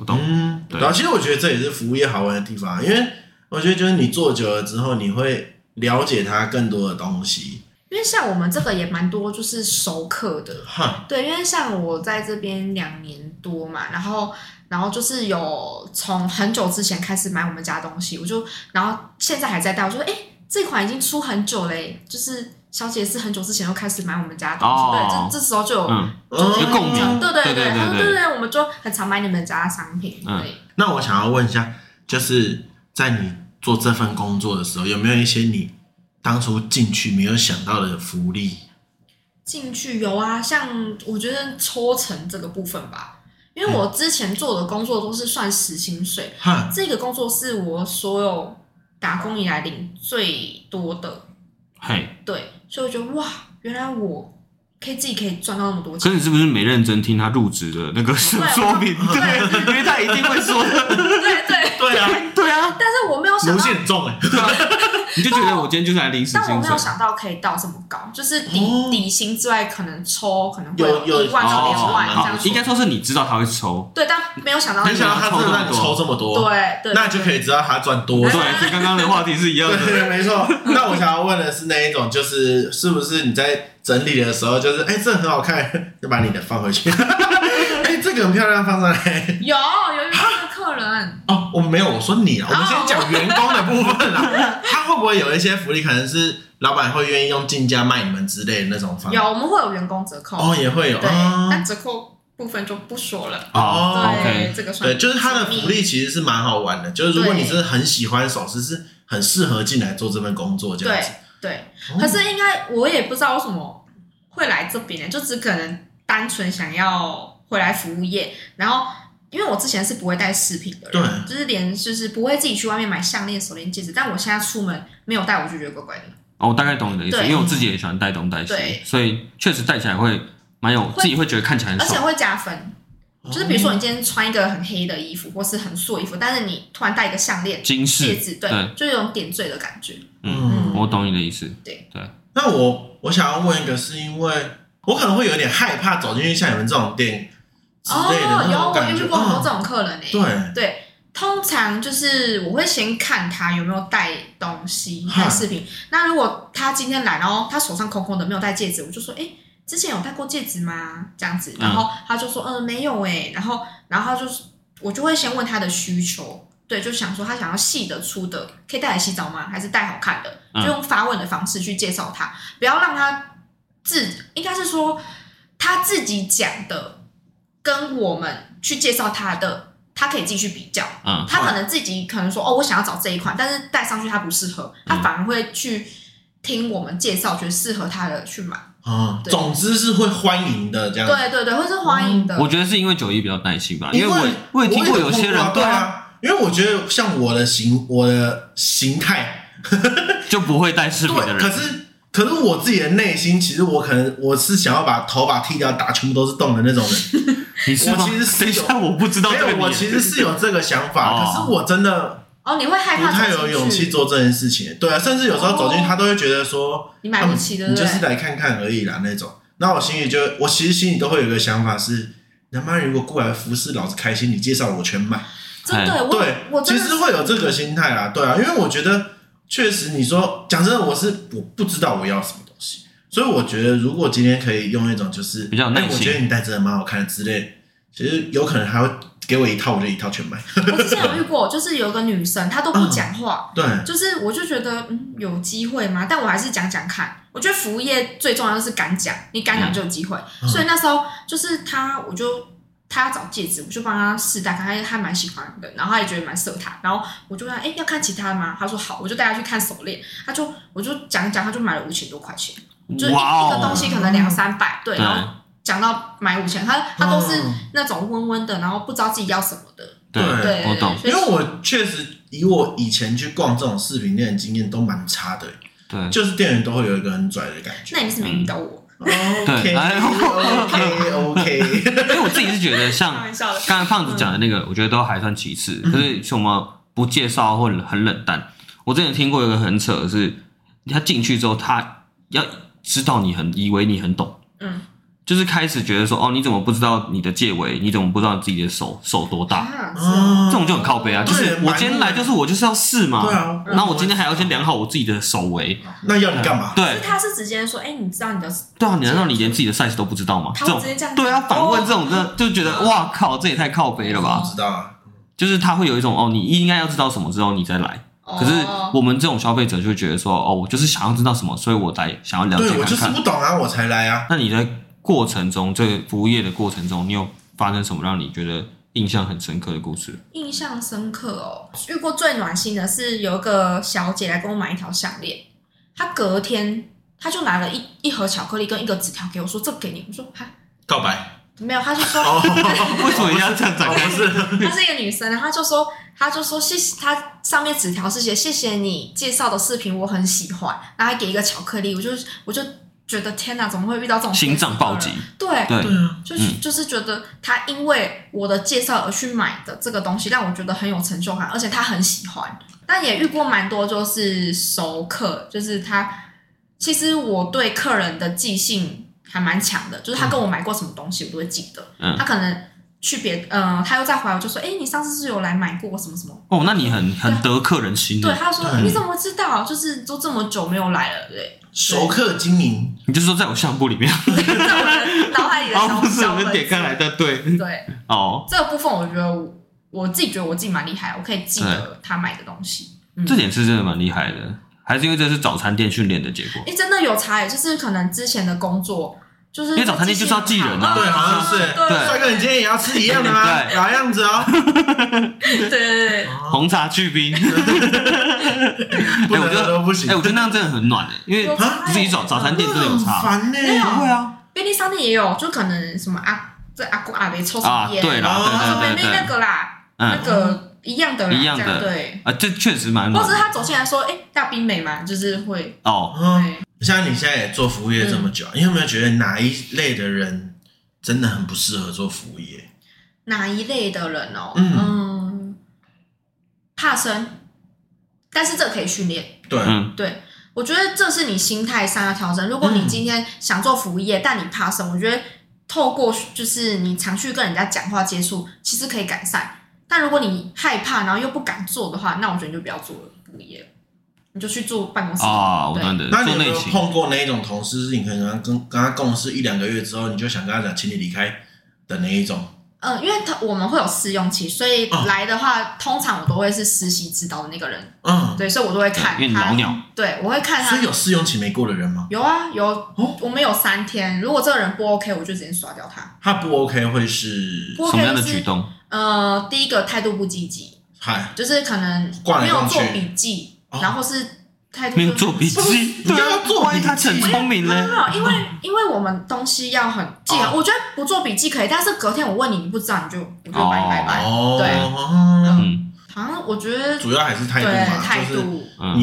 Speaker 1: 我懂。
Speaker 2: 嗯，
Speaker 1: 对
Speaker 2: 然后其实我觉得这也是服务业好玩的地方，啊因为我觉得就是你做久了之后，你会了解他更多的东西。
Speaker 3: 因为像我们这个也蛮多就是熟客的，
Speaker 2: 哈，
Speaker 3: 对，因为像我在这边两年多嘛，然后然后就是有从很久之前开始买我们家东西，我就然后现在还在戴，我就说哎、诶这款已经出很久嘞、就是小姐是很久之前就开始买我们家的东西，
Speaker 1: 哦
Speaker 3: 对，这这时候就有、
Speaker 1: 嗯，
Speaker 2: 嗯
Speaker 1: 有共鸣
Speaker 3: 对对
Speaker 1: 对
Speaker 3: 对
Speaker 1: 对对
Speaker 3: 她说
Speaker 1: 对
Speaker 3: 对对，我们就很常买你们家的商品，
Speaker 1: 嗯
Speaker 3: 对，
Speaker 2: 那我想要问一下，就是在你做这份工作的时候，有没有一些你当初进去没有想到的福利？
Speaker 3: 进去有啊，像我觉得抽成这个部分吧，因
Speaker 1: 嗯
Speaker 3: 为我之前做的工作都是算时薪水，
Speaker 2: 哈，
Speaker 3: 这个工作是我所有打工以来领最多的，
Speaker 1: 嘿，
Speaker 3: 对，所以我觉得哇，原来我可以自己可以赚到那么多
Speaker 1: 可
Speaker 3: 钱，
Speaker 1: 是你是不是没认真听他入职的那个说明？
Speaker 3: 对
Speaker 1: 对，因为他一定会说的。
Speaker 3: 对对，
Speaker 2: 对 啊，
Speaker 1: 对啊，
Speaker 3: 但是我没有想
Speaker 2: 无
Speaker 3: 到，
Speaker 2: 限重哎、
Speaker 1: 对啊，你就觉得我今天就是来临时
Speaker 3: 但我
Speaker 1: 薪
Speaker 3: 没
Speaker 1: 水
Speaker 3: 有。想到可以到这么高，就是底、
Speaker 2: 哦
Speaker 3: 底薪之外，可能抽可能会
Speaker 2: 有有
Speaker 3: 一万到两万这样
Speaker 1: 好，哦
Speaker 3: 子，
Speaker 1: 应该说是你知道他会抽。
Speaker 3: 对，但没有想到
Speaker 2: 没想到他真的让你抽
Speaker 1: 抽
Speaker 2: 这么多，
Speaker 3: 对对，
Speaker 2: 那就可以知道他赚多
Speaker 1: 对，
Speaker 2: 少。
Speaker 1: 跟哎刚刚的话题是一样的。
Speaker 2: 对，没错。那我想要问的是那一种，就是是不是你在整理的时候，就是哎、这很好看，就把你的放回去。 哎、这个很漂亮，放上来。
Speaker 3: 有有有这个客人，
Speaker 2: 哦，我没有，我说你啊，我们先
Speaker 3: 哦
Speaker 2: 讲员工的部分啦。 他会不会有一些福利，可能是老板会愿意用进价卖你们之类的那种方法？
Speaker 3: 有我们会有员工折扣，
Speaker 2: 哦，也会有。
Speaker 3: 对，但
Speaker 2: 哦
Speaker 3: 折扣部分就不说了。
Speaker 1: 哦
Speaker 3: 对
Speaker 1: OK，
Speaker 3: 这个算
Speaker 2: 对，就是他的福利其实是蛮好玩的，就是如果你真的很喜欢首饰，是很适合进来做这份工作这样
Speaker 3: 对
Speaker 2: 子。
Speaker 3: 对，
Speaker 2: 哦
Speaker 3: 可是应该我也不知道为什么会来这边呢，就只可能单纯想要回来服务业，然后因为我之前是不会带饰品的人，
Speaker 2: 对
Speaker 3: 就是连就是不会自己去外面买项链、手链、戒指，但我现在出门没有带，我就觉得怪怪的，
Speaker 1: 哦，我大概懂你的意思，
Speaker 3: 对
Speaker 1: 因为我自己也喜欢带东带西
Speaker 3: 对，
Speaker 1: 所以确实戴起来会蛮有，自己会觉得看起来很
Speaker 3: 而且
Speaker 1: 爽。
Speaker 3: 会加分。
Speaker 2: 哦
Speaker 3: 就是比如说你今天穿一个很黑的衣服，或是很素的衣服，但是你突然戴一个项链、
Speaker 1: 金
Speaker 3: 戒
Speaker 1: 饰，
Speaker 3: 指，对，
Speaker 1: 对
Speaker 3: 就有种点缀的感觉。
Speaker 2: 嗯，
Speaker 1: 我懂你的意思。
Speaker 2: 那我我想要问一个，是因为我可能会有点害怕走进去像你们这种店之类的
Speaker 3: 哦，
Speaker 2: 那
Speaker 3: 有
Speaker 2: 种
Speaker 3: 我
Speaker 2: 感
Speaker 3: 遇
Speaker 2: 觉，
Speaker 3: 过很多
Speaker 2: 嗯
Speaker 3: 这种客人诶、
Speaker 2: 对，
Speaker 3: 对，通常就是我会先看他有没有带东西、带饰品。那如果他今天来，然后他手上空空的，没有戴戒指，我就说，哎、之前有戴过戒指吗？这样子，然后他就说，嗯、没有哎、然后，然后他就是，我就会先问他的需求，对，就想说他想要细的、粗的，可以带来洗澡吗？还是带好看的？
Speaker 1: 嗯
Speaker 3: 就用发问的方式去介绍他，不要让他自，应该是说他自己讲的，跟我们去介绍他的，他可以自己去比较。
Speaker 1: 嗯，
Speaker 3: 他可能自己可能说哦，我想要找这一款，但是带上去他不适合，他反而会去听我们介绍，觉得适合他的去买。
Speaker 2: 啊，
Speaker 3: 对
Speaker 2: 总之是会欢迎的这样。
Speaker 3: 对对对，会是欢迎的。
Speaker 1: 我觉得是因为九一比较耐心吧，因为
Speaker 2: 我
Speaker 1: 我我也听过有些人对
Speaker 2: 对
Speaker 1: 啊，
Speaker 2: 啊，因为我觉得像我的形我的形态，
Speaker 1: 就不会戴饰品的
Speaker 2: 对，可
Speaker 1: 人，
Speaker 2: 是可是我自己的内心，其实我可能我是想要把头发剃掉，打全部都是洞的那种 人。
Speaker 1: 你是吗？
Speaker 2: 我其实是
Speaker 1: 等一
Speaker 2: 有
Speaker 1: 下，我不知道
Speaker 2: 没
Speaker 1: 这个
Speaker 2: 有，
Speaker 1: 你也。
Speaker 2: 我其实是有这个想法，
Speaker 1: 哦
Speaker 2: 可是我真的
Speaker 3: 哦，你会害
Speaker 2: 不
Speaker 3: 怕
Speaker 2: 太
Speaker 3: 走
Speaker 2: 有
Speaker 3: 进
Speaker 2: 勇气
Speaker 3: 去，
Speaker 2: 做这件事情。对啊，甚至有时候走进去，
Speaker 3: 哦
Speaker 2: 他都会觉得说
Speaker 3: 你买不起，
Speaker 2: 啊
Speaker 3: 对
Speaker 2: 你
Speaker 3: 不
Speaker 2: 就是
Speaker 3: 对？
Speaker 2: 来看看而已啦那种。那我心里就，我其实心里都会有一个想法是，他妈如果过来服侍老子开心，你介绍我全买。
Speaker 3: 真的，我
Speaker 2: 哎对，
Speaker 3: 我真
Speaker 2: 其
Speaker 3: 的
Speaker 2: 实会有这个心态啦，对啊，因为我觉得确实，你说讲真的，我是我不知道我要什么东西，所以我觉得如果今天可以用一种就是
Speaker 1: 比较有耐
Speaker 2: 哎我
Speaker 1: 心
Speaker 2: 觉得你戴真的蛮好看的之类，其实有可能还会给我一套，我就一套全买。
Speaker 3: 我之前有遇过，就是有一个女生，她都
Speaker 2: 嗯
Speaker 3: 不讲话，
Speaker 2: 对，
Speaker 3: 就是我就觉得嗯有机会吗？但我还是讲讲看。我觉得服务业最重要的是敢讲，你敢讲就有机会。
Speaker 2: 嗯
Speaker 3: 所以那时候就是她，我就她要找戒指，我就帮她试戴，看她她蛮喜欢的，然后她也觉得蛮适合她。然后我就问她，哎、要看其他的吗？她说好，我就带她去看手链。她就我就讲一讲，她就买了五千多块钱，就是一
Speaker 1: 哇
Speaker 3: 一个
Speaker 1: 哦，
Speaker 3: 东西可能两三百，对，
Speaker 1: 对哦
Speaker 3: 然后讲到买五千，她她都是
Speaker 2: 嗯
Speaker 3: 那种温温的，然后不知道自己要什么的。
Speaker 1: 对
Speaker 2: 对，
Speaker 3: 对，
Speaker 1: 我懂。
Speaker 3: 所
Speaker 2: 因
Speaker 3: 以
Speaker 2: 为我确实以我以前去逛这种饰品店的经验都蛮差的，
Speaker 1: 对，
Speaker 2: 就是店员都会有一个很拽的感觉。
Speaker 3: 那你是没遇到
Speaker 1: 嗯
Speaker 3: 我，
Speaker 2: 哦 OK
Speaker 1: 哎
Speaker 2: OK OK，
Speaker 1: 因为我自己是觉得像
Speaker 3: 开玩笑的。嗯
Speaker 1: 刚才胖子讲的那个，我觉得都还算其次，可是什么不介绍或很冷淡。我之前听过一个很扯的是，他进去之后，他要知道你很以为你很懂，
Speaker 3: 嗯，
Speaker 1: 就是开始觉得说，哦，你怎么不知道你的戒围？你怎么不知道你自己的手手多大？
Speaker 3: 啊，是哦
Speaker 2: 哦
Speaker 1: 这种就很靠背啊，就是我今天来就是我就是要试嘛，
Speaker 2: 对啊，
Speaker 3: 嗯
Speaker 1: 然后我今天还要先量好我自己的手围，
Speaker 2: 那要你干嘛？
Speaker 3: 可
Speaker 1: 对啊
Speaker 3: 是他是直接说，哎，你知道你的，
Speaker 1: 对啊，你难道你连自己的 size 都不知道吗？这
Speaker 3: 他会
Speaker 1: 种
Speaker 3: 直接这样讲，
Speaker 1: 对啊，反问这种真
Speaker 3: 哦
Speaker 1: 的就觉得哇靠，这也太靠背了吧
Speaker 2: 我？知道啊，
Speaker 1: 就是他会有一种哦，你应该要知道什么之后你再来。可是
Speaker 3: 哦
Speaker 1: 我们这种消费者就会觉得说，哦，我就是想要知道什么，所以我来想要了
Speaker 2: 对
Speaker 1: 解
Speaker 2: 我就
Speaker 1: 看
Speaker 2: 是
Speaker 1: 看。
Speaker 2: 不懂啊，我才来啊。
Speaker 1: 那你在过程中，这个服务业的过程中，你有发生什么让你觉得印象很深刻的故事？
Speaker 3: 印象深刻哦。遇过最暖心的是有一个小姐来跟我买一条项链，她隔天她就拿了一一盒巧克力跟一个纸条给我说，这个给你。我说哈，
Speaker 2: 告白
Speaker 3: 没有，她就说
Speaker 2: 哦，
Speaker 1: 为什么一定要这样展开？
Speaker 3: 她是一个女生，然后她就说，她就说谢谢，她上面纸条是写谢谢你介绍的视频，我很喜欢，然后还给一个巧克力，我就我就觉得天哪，怎么会遇到这种
Speaker 1: 心脏暴击，
Speaker 3: 对，
Speaker 1: 哦对，
Speaker 2: 对啊，
Speaker 3: 就是、
Speaker 1: 嗯
Speaker 3: 就是觉得他因为我的介绍而去买的这个东西，让我觉得很有成就感，而且他很喜欢。但也遇过蛮多就是熟客，就是他其实我对客人的记性还蛮强的，就是他跟我买过什么东西，我都会记得。
Speaker 1: 嗯
Speaker 3: 他可能去别嗯、他又再回来，我就说，哎、你上次是有来买过什么什么？
Speaker 1: 哦，那你很很得客人心
Speaker 3: 对，
Speaker 1: 的，
Speaker 3: 他就说哦
Speaker 2: 对
Speaker 3: 你怎么知道？就是都这么久没有来了，对，
Speaker 2: 熟客经营，
Speaker 1: 你就是说在我相簿里 面，
Speaker 3: 在我的脑海里的
Speaker 1: 哦，
Speaker 3: 小
Speaker 1: 不是
Speaker 3: 小
Speaker 1: 我们
Speaker 3: 本
Speaker 1: 点
Speaker 3: 子
Speaker 1: 开来的，对，
Speaker 3: 对。
Speaker 1: 哦，
Speaker 3: 这个部分我觉得我我自己觉得我自己蛮厉害，我可以记得他买的东西。嗯
Speaker 1: 这点是真的蛮厉害的，还是因为这是早餐店训练的结果，
Speaker 3: 哎，真的有差欸，就是可能之前的工作就是
Speaker 1: 因为早餐店就是要记人啊
Speaker 2: 对，好像是。
Speaker 1: 对
Speaker 2: 帅哥，你今天也要吃一样的吗？
Speaker 1: 对
Speaker 2: 老样子哦，
Speaker 3: 对对对 对，
Speaker 1: 红茶去冰，哎
Speaker 2: 不
Speaker 1: 我
Speaker 2: 能
Speaker 1: 觉得
Speaker 2: 喝都不行嗯
Speaker 1: 哎，。 我觉得那样真的很暖诶，因为
Speaker 3: 有差欸嗯
Speaker 1: 自己早早餐店真的有
Speaker 2: 很
Speaker 1: 差，
Speaker 2: 烦呢。
Speaker 3: 没有
Speaker 1: 不会啊，
Speaker 3: 便利商店也有，就可能什么阿这阿公阿伯抽什
Speaker 1: 啊，
Speaker 3: 么烟，
Speaker 1: 对啦，
Speaker 2: 哦
Speaker 1: 对对
Speaker 3: 妹妹
Speaker 1: 对
Speaker 3: 那
Speaker 1: 对，
Speaker 3: 个啦，那
Speaker 1: 嗯，
Speaker 3: 个一样的啦，
Speaker 1: 一样的
Speaker 3: 这对。
Speaker 1: 啊，这确实蛮
Speaker 3: 或
Speaker 1: 猛
Speaker 3: 者
Speaker 1: 的
Speaker 3: 是他走进来说：“哎、大冰美嘛，就是会，
Speaker 1: 哦，
Speaker 2: 嗯，
Speaker 3: 对
Speaker 2: 像你现在也做服务业这么
Speaker 1: 嗯
Speaker 2: 久，你有没有觉得哪一类的人真的很不适合做服务业？
Speaker 3: 哪一类的人哦、
Speaker 2: 嗯
Speaker 3: 嗯怕生，但是这可以训练。
Speaker 2: 对，啊
Speaker 1: 嗯，
Speaker 3: 对，我觉得这是你心态上要调整。如果你
Speaker 2: 嗯
Speaker 3: 今天想做服务业，但你怕生，我觉得透过就是你常去跟人家讲话接触，其实可以改善。但如果你害怕，然后又不敢做的话，那我觉得你就不要做服务业了，你就去做办公室。
Speaker 1: 啊，我
Speaker 3: 对
Speaker 1: 懂的，
Speaker 2: 那你
Speaker 1: 做
Speaker 2: 有没
Speaker 1: 内
Speaker 2: 有
Speaker 1: 勤
Speaker 2: 碰过那一种同事，是你可能跟跟他共事一两个月之后，你就想跟他讲，请你离开的那一种？
Speaker 3: 嗯，因为他我们会有试用期，所以
Speaker 1: 嗯
Speaker 2: 哦
Speaker 3: 来的话，通常我都会是实习指导的那个人，
Speaker 2: 嗯，
Speaker 3: 对，所以我都会看
Speaker 1: 对因为你
Speaker 3: 他
Speaker 1: 老鸟，
Speaker 3: 对，我会看他
Speaker 2: 所以有试用期没过的人吗？
Speaker 3: 有啊有，
Speaker 1: 哦
Speaker 3: 我们有三天，如果这个人不 OK，我就直接刷掉他。
Speaker 2: 他不 OK 会是
Speaker 3: 不 OK
Speaker 1: 什么样的
Speaker 3: 是
Speaker 1: 举动？
Speaker 3: 呃，第一个态度不积极，
Speaker 2: 嗨，
Speaker 3: 就是可能
Speaker 2: 逛来
Speaker 3: 没有
Speaker 2: 逛去
Speaker 3: 做笔记，
Speaker 2: 哦
Speaker 3: 然后是态度
Speaker 1: 没有做笔
Speaker 3: 不是
Speaker 1: 记，
Speaker 2: 不
Speaker 1: 对
Speaker 2: 要
Speaker 1: 啊，
Speaker 2: 做
Speaker 1: 万一
Speaker 2: 笔
Speaker 1: 他很
Speaker 2: 记
Speaker 1: 聪明
Speaker 3: 没有没
Speaker 1: 呢？
Speaker 3: 有，因为 因为我们东西要很记得，
Speaker 2: 哦
Speaker 3: 我觉得不做笔记可以，但是隔天我问你，你不知道你就我就
Speaker 1: 哦
Speaker 3: 拜拜拜。
Speaker 2: 哦，
Speaker 3: 对
Speaker 2: 哦
Speaker 1: 嗯
Speaker 3: 好像我觉得
Speaker 2: 主要还是态度
Speaker 3: 对
Speaker 2: 嘛，
Speaker 3: 态
Speaker 2: 就是
Speaker 3: 度，
Speaker 2: 你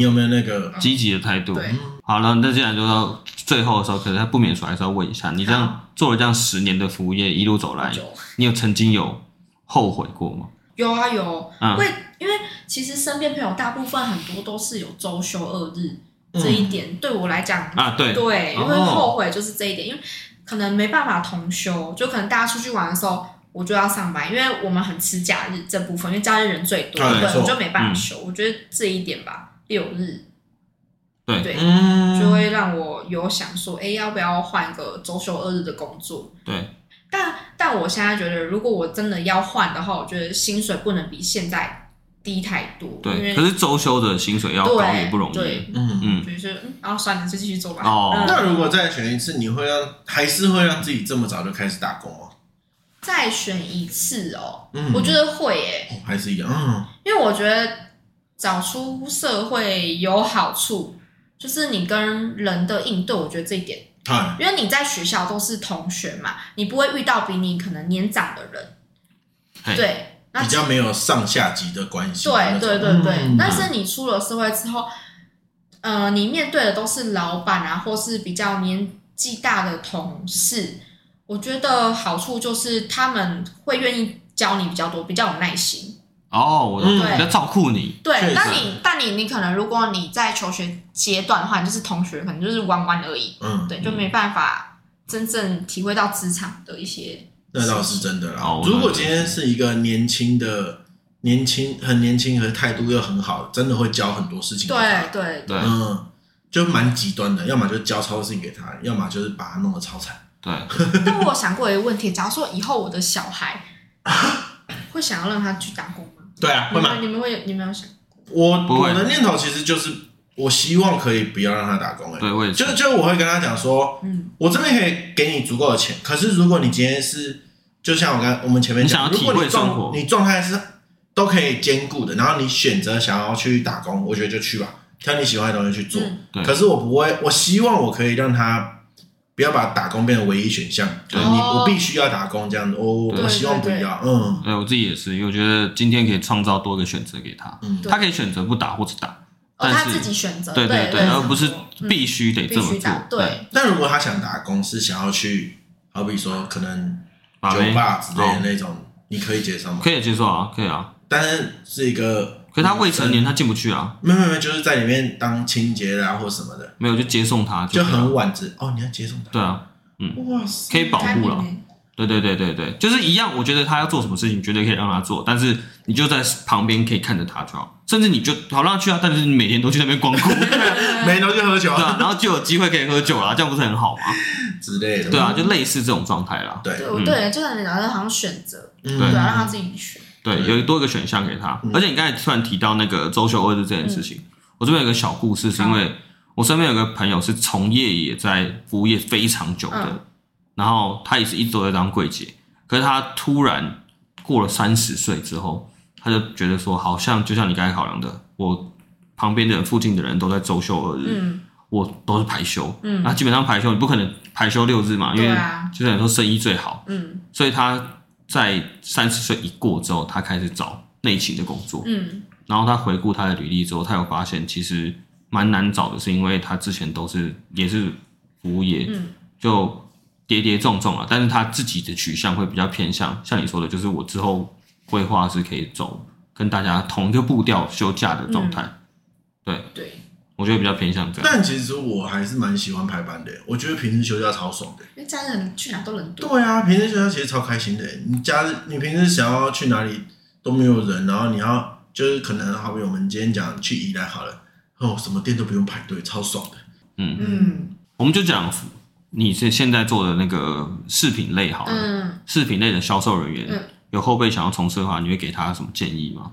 Speaker 1: 嗯，
Speaker 2: 有没有那个
Speaker 1: 积极的态度。
Speaker 3: 对
Speaker 1: 好了，那既然就到最后的时候，可是他不免说还是要问一下，你这样做了这样十年的服务业，一路走来，
Speaker 3: 有
Speaker 1: 你有曾经有后悔过吗？
Speaker 3: 有啊有，
Speaker 1: 嗯
Speaker 3: 会因为其实身边朋友大部分很多都是有周休二日
Speaker 2: 嗯
Speaker 3: 这一点，对我来讲
Speaker 1: 啊，对，
Speaker 3: 对，
Speaker 1: 哦
Speaker 3: 因为后悔就是这一点，因为可能没办法同休，就可能大家出去玩的时候，我就要上班，因为我们很吃假日这部分，因为假日人最多，
Speaker 2: 啊没
Speaker 3: 对，
Speaker 2: 错
Speaker 3: 我就没办法休。我觉得这一点吧，六日，
Speaker 1: 对
Speaker 3: 对，
Speaker 2: 嗯
Speaker 3: 就会让我有想说，哎，要不要换一个周休二日的工作？
Speaker 1: 对，
Speaker 3: 但但我现在觉得，如果我真的要换的话，我觉得薪水不能比现在低太多，因
Speaker 1: 对，
Speaker 3: 为
Speaker 1: 可是周休的薪水要高
Speaker 3: 对
Speaker 1: 也不容易。
Speaker 3: 对，
Speaker 2: 嗯。
Speaker 1: 嗯，
Speaker 3: 所以就是嗯，然后算了，就继续做吧。
Speaker 1: 哦
Speaker 3: 嗯
Speaker 2: 那如果再选一次，你会让还是会让自己这么早就开始打工哦？
Speaker 3: 再选一次哦，
Speaker 2: 嗯
Speaker 3: 我觉得会耶，
Speaker 2: 哦还是一样，嗯，
Speaker 3: 因为我觉得找出社会有好处，就是你跟人的应对，我觉得这一点，
Speaker 2: 嗨，
Speaker 3: 因为你在学校都是同学嘛，你不会遇到比你可能年长的人，
Speaker 1: 嘿
Speaker 3: 对，那
Speaker 2: 比较没有上下级的关系那种。
Speaker 3: 对对对对，
Speaker 2: 嗯
Speaker 3: 但是你出了社会之后，呃，你面对的都是老板啊，或是比较年纪大的同事，我觉得好处就是他们会愿意教你比较多，比较有耐心。
Speaker 1: 哦，我懂，
Speaker 2: 嗯
Speaker 1: 比较照顾你。
Speaker 2: 确
Speaker 3: 对，
Speaker 2: 实
Speaker 3: 但你但你你可能如果你在求学阶段的话，你就是同学，可能就是玩玩而已，
Speaker 2: 嗯，
Speaker 3: 对，就没办法真正体会到职场的一些。
Speaker 2: 那倒是真的啦
Speaker 1: 哦。
Speaker 2: 如果今天是一个年轻的、年轻很年轻，和态度又很好，真的会教很多事情给他。
Speaker 3: 对对
Speaker 1: 对
Speaker 2: 嗯，就蛮极端的，要么就教超事情给他，要么就是把他弄得超惨。
Speaker 1: 对，
Speaker 3: 但我有想过一个问题，假如说以后我的小孩会想要让他去打工吗？
Speaker 2: 对啊，会
Speaker 3: 你
Speaker 2: 吗？
Speaker 3: 们嗯你们会有你们有哦想？
Speaker 2: 我
Speaker 1: 不会
Speaker 2: 我的念头其实就是，我希望可以不要让他打工、欸。
Speaker 1: 对我也是
Speaker 2: 就。就我会跟他讲说，
Speaker 3: 嗯，
Speaker 2: 我这边可以给你足够的钱，可是如果你今天是，就像我刚我们前面讲，
Speaker 1: 你
Speaker 2: 如
Speaker 1: 想要
Speaker 2: 果你
Speaker 1: 体会生活
Speaker 2: 状你状态是都可以兼顾的，然后你选择想要去打工，我觉得就去吧，挑你喜欢的东西去做。
Speaker 3: 嗯
Speaker 1: 对
Speaker 2: 可是我不会，我希望我可以让他不要把打工变成唯一选项，就是你、
Speaker 3: 哦
Speaker 2: 我必须要打工这样子，我
Speaker 1: 对
Speaker 2: 我希望不
Speaker 3: 对对
Speaker 2: 要，嗯
Speaker 1: 对我自己也是，因为我觉得今天可以创造多个选择给他，
Speaker 2: 嗯
Speaker 3: 对，
Speaker 1: 他可以选择不打或者打，
Speaker 3: 哦，
Speaker 1: 但是
Speaker 3: 他自己选择，
Speaker 1: 对
Speaker 3: 对嗯
Speaker 1: 对，而不是必须得这
Speaker 3: 必
Speaker 1: 么
Speaker 3: 须
Speaker 1: 做
Speaker 3: 打，。对，
Speaker 2: 但如果他想打工是想要去，好比说可能
Speaker 1: 把妹
Speaker 2: 酒吧之类
Speaker 1: 哦
Speaker 2: 的那种，你可以接受吗？
Speaker 1: 可以接受啊，可以啊。
Speaker 2: 但是是一个，嗯
Speaker 1: 可是他未成年，，他进不去啊，
Speaker 2: 没有没有没有，就是在里面当清洁啦、或什么的，
Speaker 1: 没有就接送他
Speaker 2: 就
Speaker 1: 可以了
Speaker 2: 很晚子哦，你要接送他，
Speaker 1: 对啊，
Speaker 2: 哇塞，
Speaker 1: 可以保
Speaker 3: 开
Speaker 1: 护
Speaker 3: 明
Speaker 1: 了。
Speaker 3: 欸
Speaker 1: 对对对对对，就是一样。我觉得他要做什么事情，绝对可以让他做，但是你就在旁边可以看着他就好，甚至你就好让他去啊，但是你每天都去那边光顾， 对
Speaker 2: 没东西喝酒
Speaker 1: 啊，然后就有机会可以喝酒啊啦，这样不是很好吗？
Speaker 2: 之类的，
Speaker 1: 对啊，就类似这种状态啦。
Speaker 2: 对
Speaker 3: 对，我对，就像你讲的，好像选择，
Speaker 2: 嗯
Speaker 3: 对啊，让他自己选。
Speaker 1: 对，有多一个选项给
Speaker 3: 嗯
Speaker 1: 他。而且你刚才突然提到那个周休二日这件事情，我这边有个小故事，是因
Speaker 3: 嗯
Speaker 1: 为我身边有个朋友是从业也在服务业非常久的，
Speaker 3: 嗯
Speaker 1: 然后他也是一直都在当柜姐，可是他突然过了三十岁之后，他就觉得说，好像就像你刚才考量的，我旁边的人、附近的人都在周休二日，
Speaker 3: 嗯，
Speaker 1: 我都是排休，
Speaker 3: 嗯
Speaker 1: 那基本上排休你不可能排休六日啊嘛，因
Speaker 3: 对
Speaker 1: 为
Speaker 3: 啊
Speaker 1: 就像你说生医最好，
Speaker 3: 嗯
Speaker 1: 所以他在三十岁一过之后，他开始找内勤的工作，
Speaker 3: 嗯
Speaker 1: 然后他回顾他的履历之后，他有发现其实蛮难找的，是因为他之前都是也是服务业，
Speaker 3: 嗯
Speaker 1: 就跌跌撞撞啊了，但是他自己的取向会比较偏向像你说的，就是我之后规划是可以走跟大家同一个步调休假的状态，
Speaker 3: 嗯对，
Speaker 1: 我觉得比较偏向这样。
Speaker 2: 但其实我还是蛮喜欢排班的，我觉得平时休假超爽的。
Speaker 3: 因为家人去哪都人多，
Speaker 2: 对啊，平时休假其实超开心的。你假日，你平时想要去哪里都没有人，然后你要就是可能好比我们今天讲去宜兰好了，哦，什么店都不用排队，超爽的。
Speaker 3: 嗯
Speaker 1: 我们就讲你是现在做的那个饰品类好了，
Speaker 3: 嗯，
Speaker 1: 饰品类的销售人员、
Speaker 3: 嗯
Speaker 1: 有后辈想要从事的话，你会给他什么建议吗？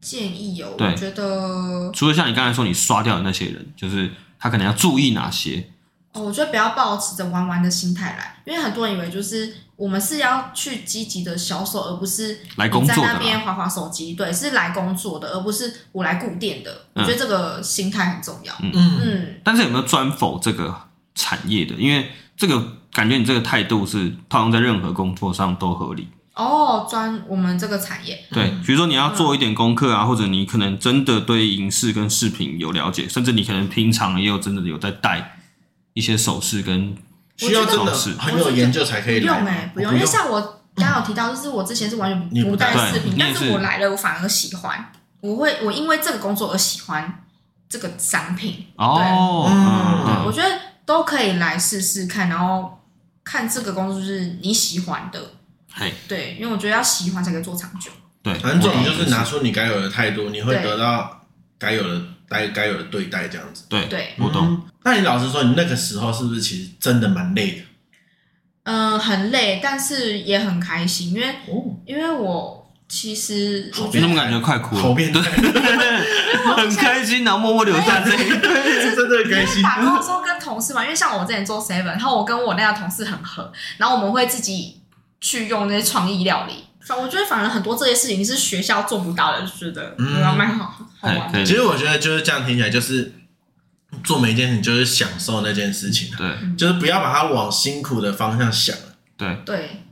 Speaker 3: 建议哦，
Speaker 1: 对
Speaker 3: 我觉得
Speaker 1: 除了像你刚才说你刷掉的那些人，就是他可能要注意哪些？
Speaker 3: 哦，我觉得不要抱持着玩玩的心态来，因为很多人以为就是我们是要去积极的销售，而不是
Speaker 1: 来工作的
Speaker 3: 你
Speaker 1: 啦
Speaker 3: 在那边划划手机，对，是来工作的，而不是我来顾店的。我觉得这个心态很重要。
Speaker 2: 嗯，
Speaker 3: 嗯，
Speaker 1: 但是有没有专否这个产业的？因为这个感觉你这个态度是套用在任何工作上都合理。
Speaker 3: 哦，专我们这个产业，
Speaker 1: 对，比如说你要做一点功课啊，或者你可能真的对银饰跟饰品有了解，甚至你可能平常也有真的有在戴一些首饰跟
Speaker 2: 需要真
Speaker 1: 装
Speaker 2: 的
Speaker 1: 饰。
Speaker 2: 很有研究才可
Speaker 3: 不
Speaker 2: 以来。哦
Speaker 3: 用哎、不用，因为像我刚刚有提到，就是我之前是完
Speaker 2: 你
Speaker 3: 全
Speaker 2: 不
Speaker 3: 不带
Speaker 1: 带
Speaker 3: 饰品，
Speaker 1: 对
Speaker 3: 但
Speaker 1: 你也
Speaker 3: 是
Speaker 1: 是
Speaker 3: 我来了，我反而喜欢，我会我因为这个工作而喜欢这个商品。
Speaker 1: 哦，
Speaker 2: 对
Speaker 1: 嗯嗯，
Speaker 3: 我觉得都可以来试试看，然后看这个工作是你喜欢的，
Speaker 1: 嘿，
Speaker 3: 对，因为我觉得要喜欢才可以做长久。
Speaker 1: 对，
Speaker 2: 反正重点就
Speaker 1: 我
Speaker 2: 是
Speaker 1: 懂
Speaker 2: 拿出你该有的态度，你会
Speaker 3: 对
Speaker 2: 得到该有的该该有的对待，这样子。
Speaker 1: 对，
Speaker 3: 对，
Speaker 1: 我懂。
Speaker 2: 嗯。那你老实说，你那个时候是不是其实真的蛮累的？
Speaker 3: 嗯、很累，但是也很开心，因为
Speaker 2: 哦，
Speaker 3: 因为我其实
Speaker 2: 好
Speaker 3: 我
Speaker 1: 你
Speaker 3: 觉
Speaker 1: 怎
Speaker 3: 得
Speaker 1: 么感觉快哭了？
Speaker 2: 好变态，
Speaker 1: 很开心，然后默默流下这一段。
Speaker 2: 真的很开 心。
Speaker 3: 打工的时候跟同事嘛，因为像我之前做 seven，然后我跟我那个同事很合，然后我们会自己去用那些创意料理。反我觉得反而很多这些事情是学校做不到的，觉得
Speaker 2: 嗯
Speaker 3: 蛮蛮好好
Speaker 1: 嘿
Speaker 3: 玩的。
Speaker 1: 对
Speaker 2: 其实我觉得就是这样听起来，就是做每一件事情就是享受那件事情啊，
Speaker 1: 对
Speaker 3: 嗯
Speaker 2: 就是不要把它往辛苦的方向想。
Speaker 1: 对，
Speaker 3: 对，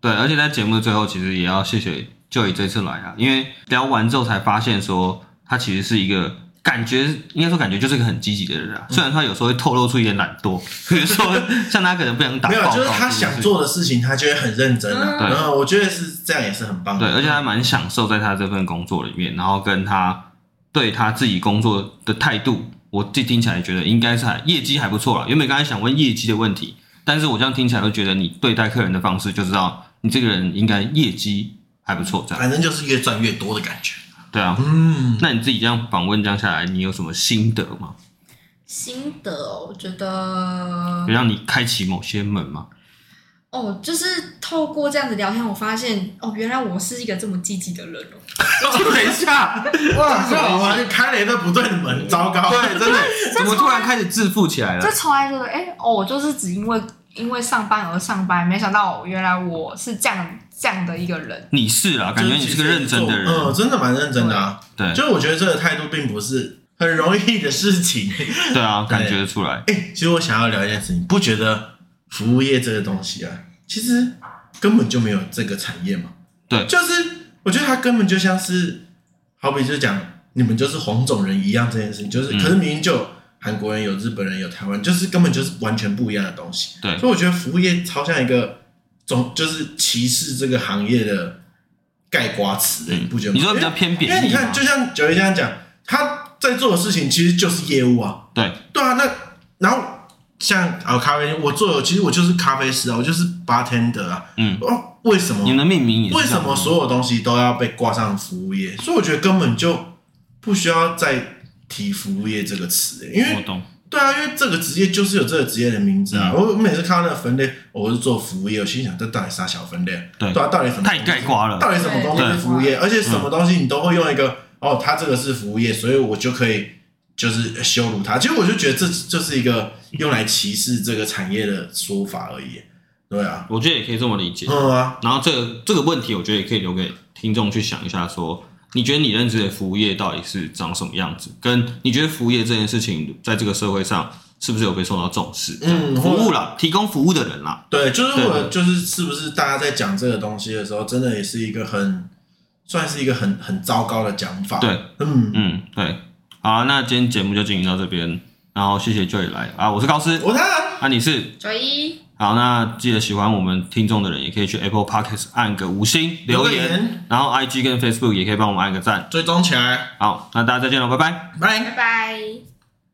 Speaker 1: 对，而且在节目的最后，其实也要谢谢 Joy 这次来啊，因为聊完之后才发现说，他其实是一个感觉，应该说感觉就是一个很积极的人啊。虽然他有时候会透露出一点懒惰，比如说像他可能不想打
Speaker 2: 没
Speaker 1: 报
Speaker 2: 有，
Speaker 1: 告，
Speaker 2: 就是他想。做的事情，他就会很认真啊。
Speaker 3: 嗯
Speaker 2: 然后我觉得是这样也是很棒
Speaker 1: 对，
Speaker 2: 的。
Speaker 1: 而且他蛮享受在他这份工作里面，然后跟他对他自己工作的态度，我自己听起来觉得应该是还业绩还不错了。原本刚才想问业绩的问题，但是我这样听起来就觉得你对待客人的方式就知道你这个人应该业绩还不错，这样
Speaker 2: 反正就是越赚越多的感觉。
Speaker 1: 对啊。
Speaker 2: 嗯，
Speaker 1: 那你自己这样访问这样下来，你有什么心得吗？
Speaker 3: 心得哦，我觉得
Speaker 1: 有让你开启某些门吗？
Speaker 3: 哦，就是透过这样子聊天，我发现哦，原来我是一个这么积极的人哦。
Speaker 1: 等一下，
Speaker 2: 哇，这好玩，开了一个不对的门，糟 糕。
Speaker 1: 对，真的，怎么突然开始致富起来
Speaker 3: 这
Speaker 1: 了？
Speaker 3: 从来就是哎、哦，我就是只因为因为上班而上班，没想到原来我是这样这样的一个人。
Speaker 1: 你是啦，感觉你是个认真的人，
Speaker 2: 嗯，真的蛮认真的啊。
Speaker 1: 对
Speaker 2: 就是我觉得这个态度并不是很容易的事情。
Speaker 1: 对啊，感觉得出来。
Speaker 2: 哎、其实我想要聊一件事情，不觉得服务业这个东西啊，其实根本就没有这个产业嘛。
Speaker 1: 对
Speaker 2: 就是我觉得它根本就像是，好比就是讲你们就是黄种人一样这件事情，就是、
Speaker 1: 嗯
Speaker 2: 可是明明就有韩国人有日本人有台湾，就是根本就是完全不一样的东西。
Speaker 1: 对
Speaker 2: 所以我觉得服务业超像一个总就是歧视这个行业的盖瓜词、欸，你不觉得
Speaker 1: 嗯
Speaker 2: 吗？
Speaker 1: 你说比较偏
Speaker 2: 因为
Speaker 1: 贬
Speaker 2: 你
Speaker 1: 义吗
Speaker 2: 看，？就像九一这样讲，他在做的事情其实就是业务啊。
Speaker 1: 对，
Speaker 2: 对啊，那然后像啊咖啡，我做的其实我就是咖啡师啊，我就是 bartender 啊。
Speaker 1: 嗯，
Speaker 2: 哦，为什
Speaker 1: 你
Speaker 2: 么
Speaker 1: 的命名也是
Speaker 2: 为
Speaker 1: 这
Speaker 2: 什
Speaker 1: 样吗
Speaker 2: 么所有东西都要被挂上服务业？所以我觉得根本就不需要再提服务业这个词、欸因
Speaker 1: 我
Speaker 2: 为
Speaker 1: 懂？
Speaker 2: 对啊，因为这个职业就是有这个职业的名字
Speaker 1: 嗯
Speaker 2: 啊。我我每次看到那个分类，我是做服务业，我心想这到底啥小分类啊？
Speaker 1: 对
Speaker 2: 对啊，到底什么
Speaker 1: 太概括了嗯
Speaker 2: 到底什么东西是服务业？而且什么东西你都会用一个哦，他这个是服务业，所以我就可以就是羞辱他。其实我就觉得这就是一个用来歧视这个产业的说法而已。对啊，
Speaker 1: 我觉得也可以这么理解。
Speaker 2: 嗯啊，
Speaker 1: 然后这个这个问题，我觉得也可以留给听众去想一下说你觉得你认知的服务业到底是长什么样子？跟你觉得服务业这件事情在这个社会上是不是有被受到重视？
Speaker 2: 嗯
Speaker 1: 服
Speaker 2: 或者
Speaker 1: 务啦，提供服务的人啦，
Speaker 2: 对，就是
Speaker 1: 对
Speaker 2: 我，
Speaker 1: 对
Speaker 2: 就是是不是大家在讲这个东西的时候，真的也是一个很，算是一个很很糟糕的讲法。
Speaker 1: 对，
Speaker 2: 嗯，
Speaker 1: 嗯，对。好，那今天节目就进行到这边，然后谢谢 Joy 来啊，我是高斯，
Speaker 2: 我看
Speaker 1: 啊，你是
Speaker 3: 九一，
Speaker 1: 好，那记得喜欢我们听众的人也可以去 Apple Podcast 按个五星留
Speaker 2: 留个
Speaker 1: 言
Speaker 2: 言，
Speaker 1: 然后 IG 跟 Facebook 也可以帮我们按个赞。
Speaker 2: 追踪起来，
Speaker 1: 好，那大家再见了，拜拜。
Speaker 2: 拜
Speaker 3: 拜。拜。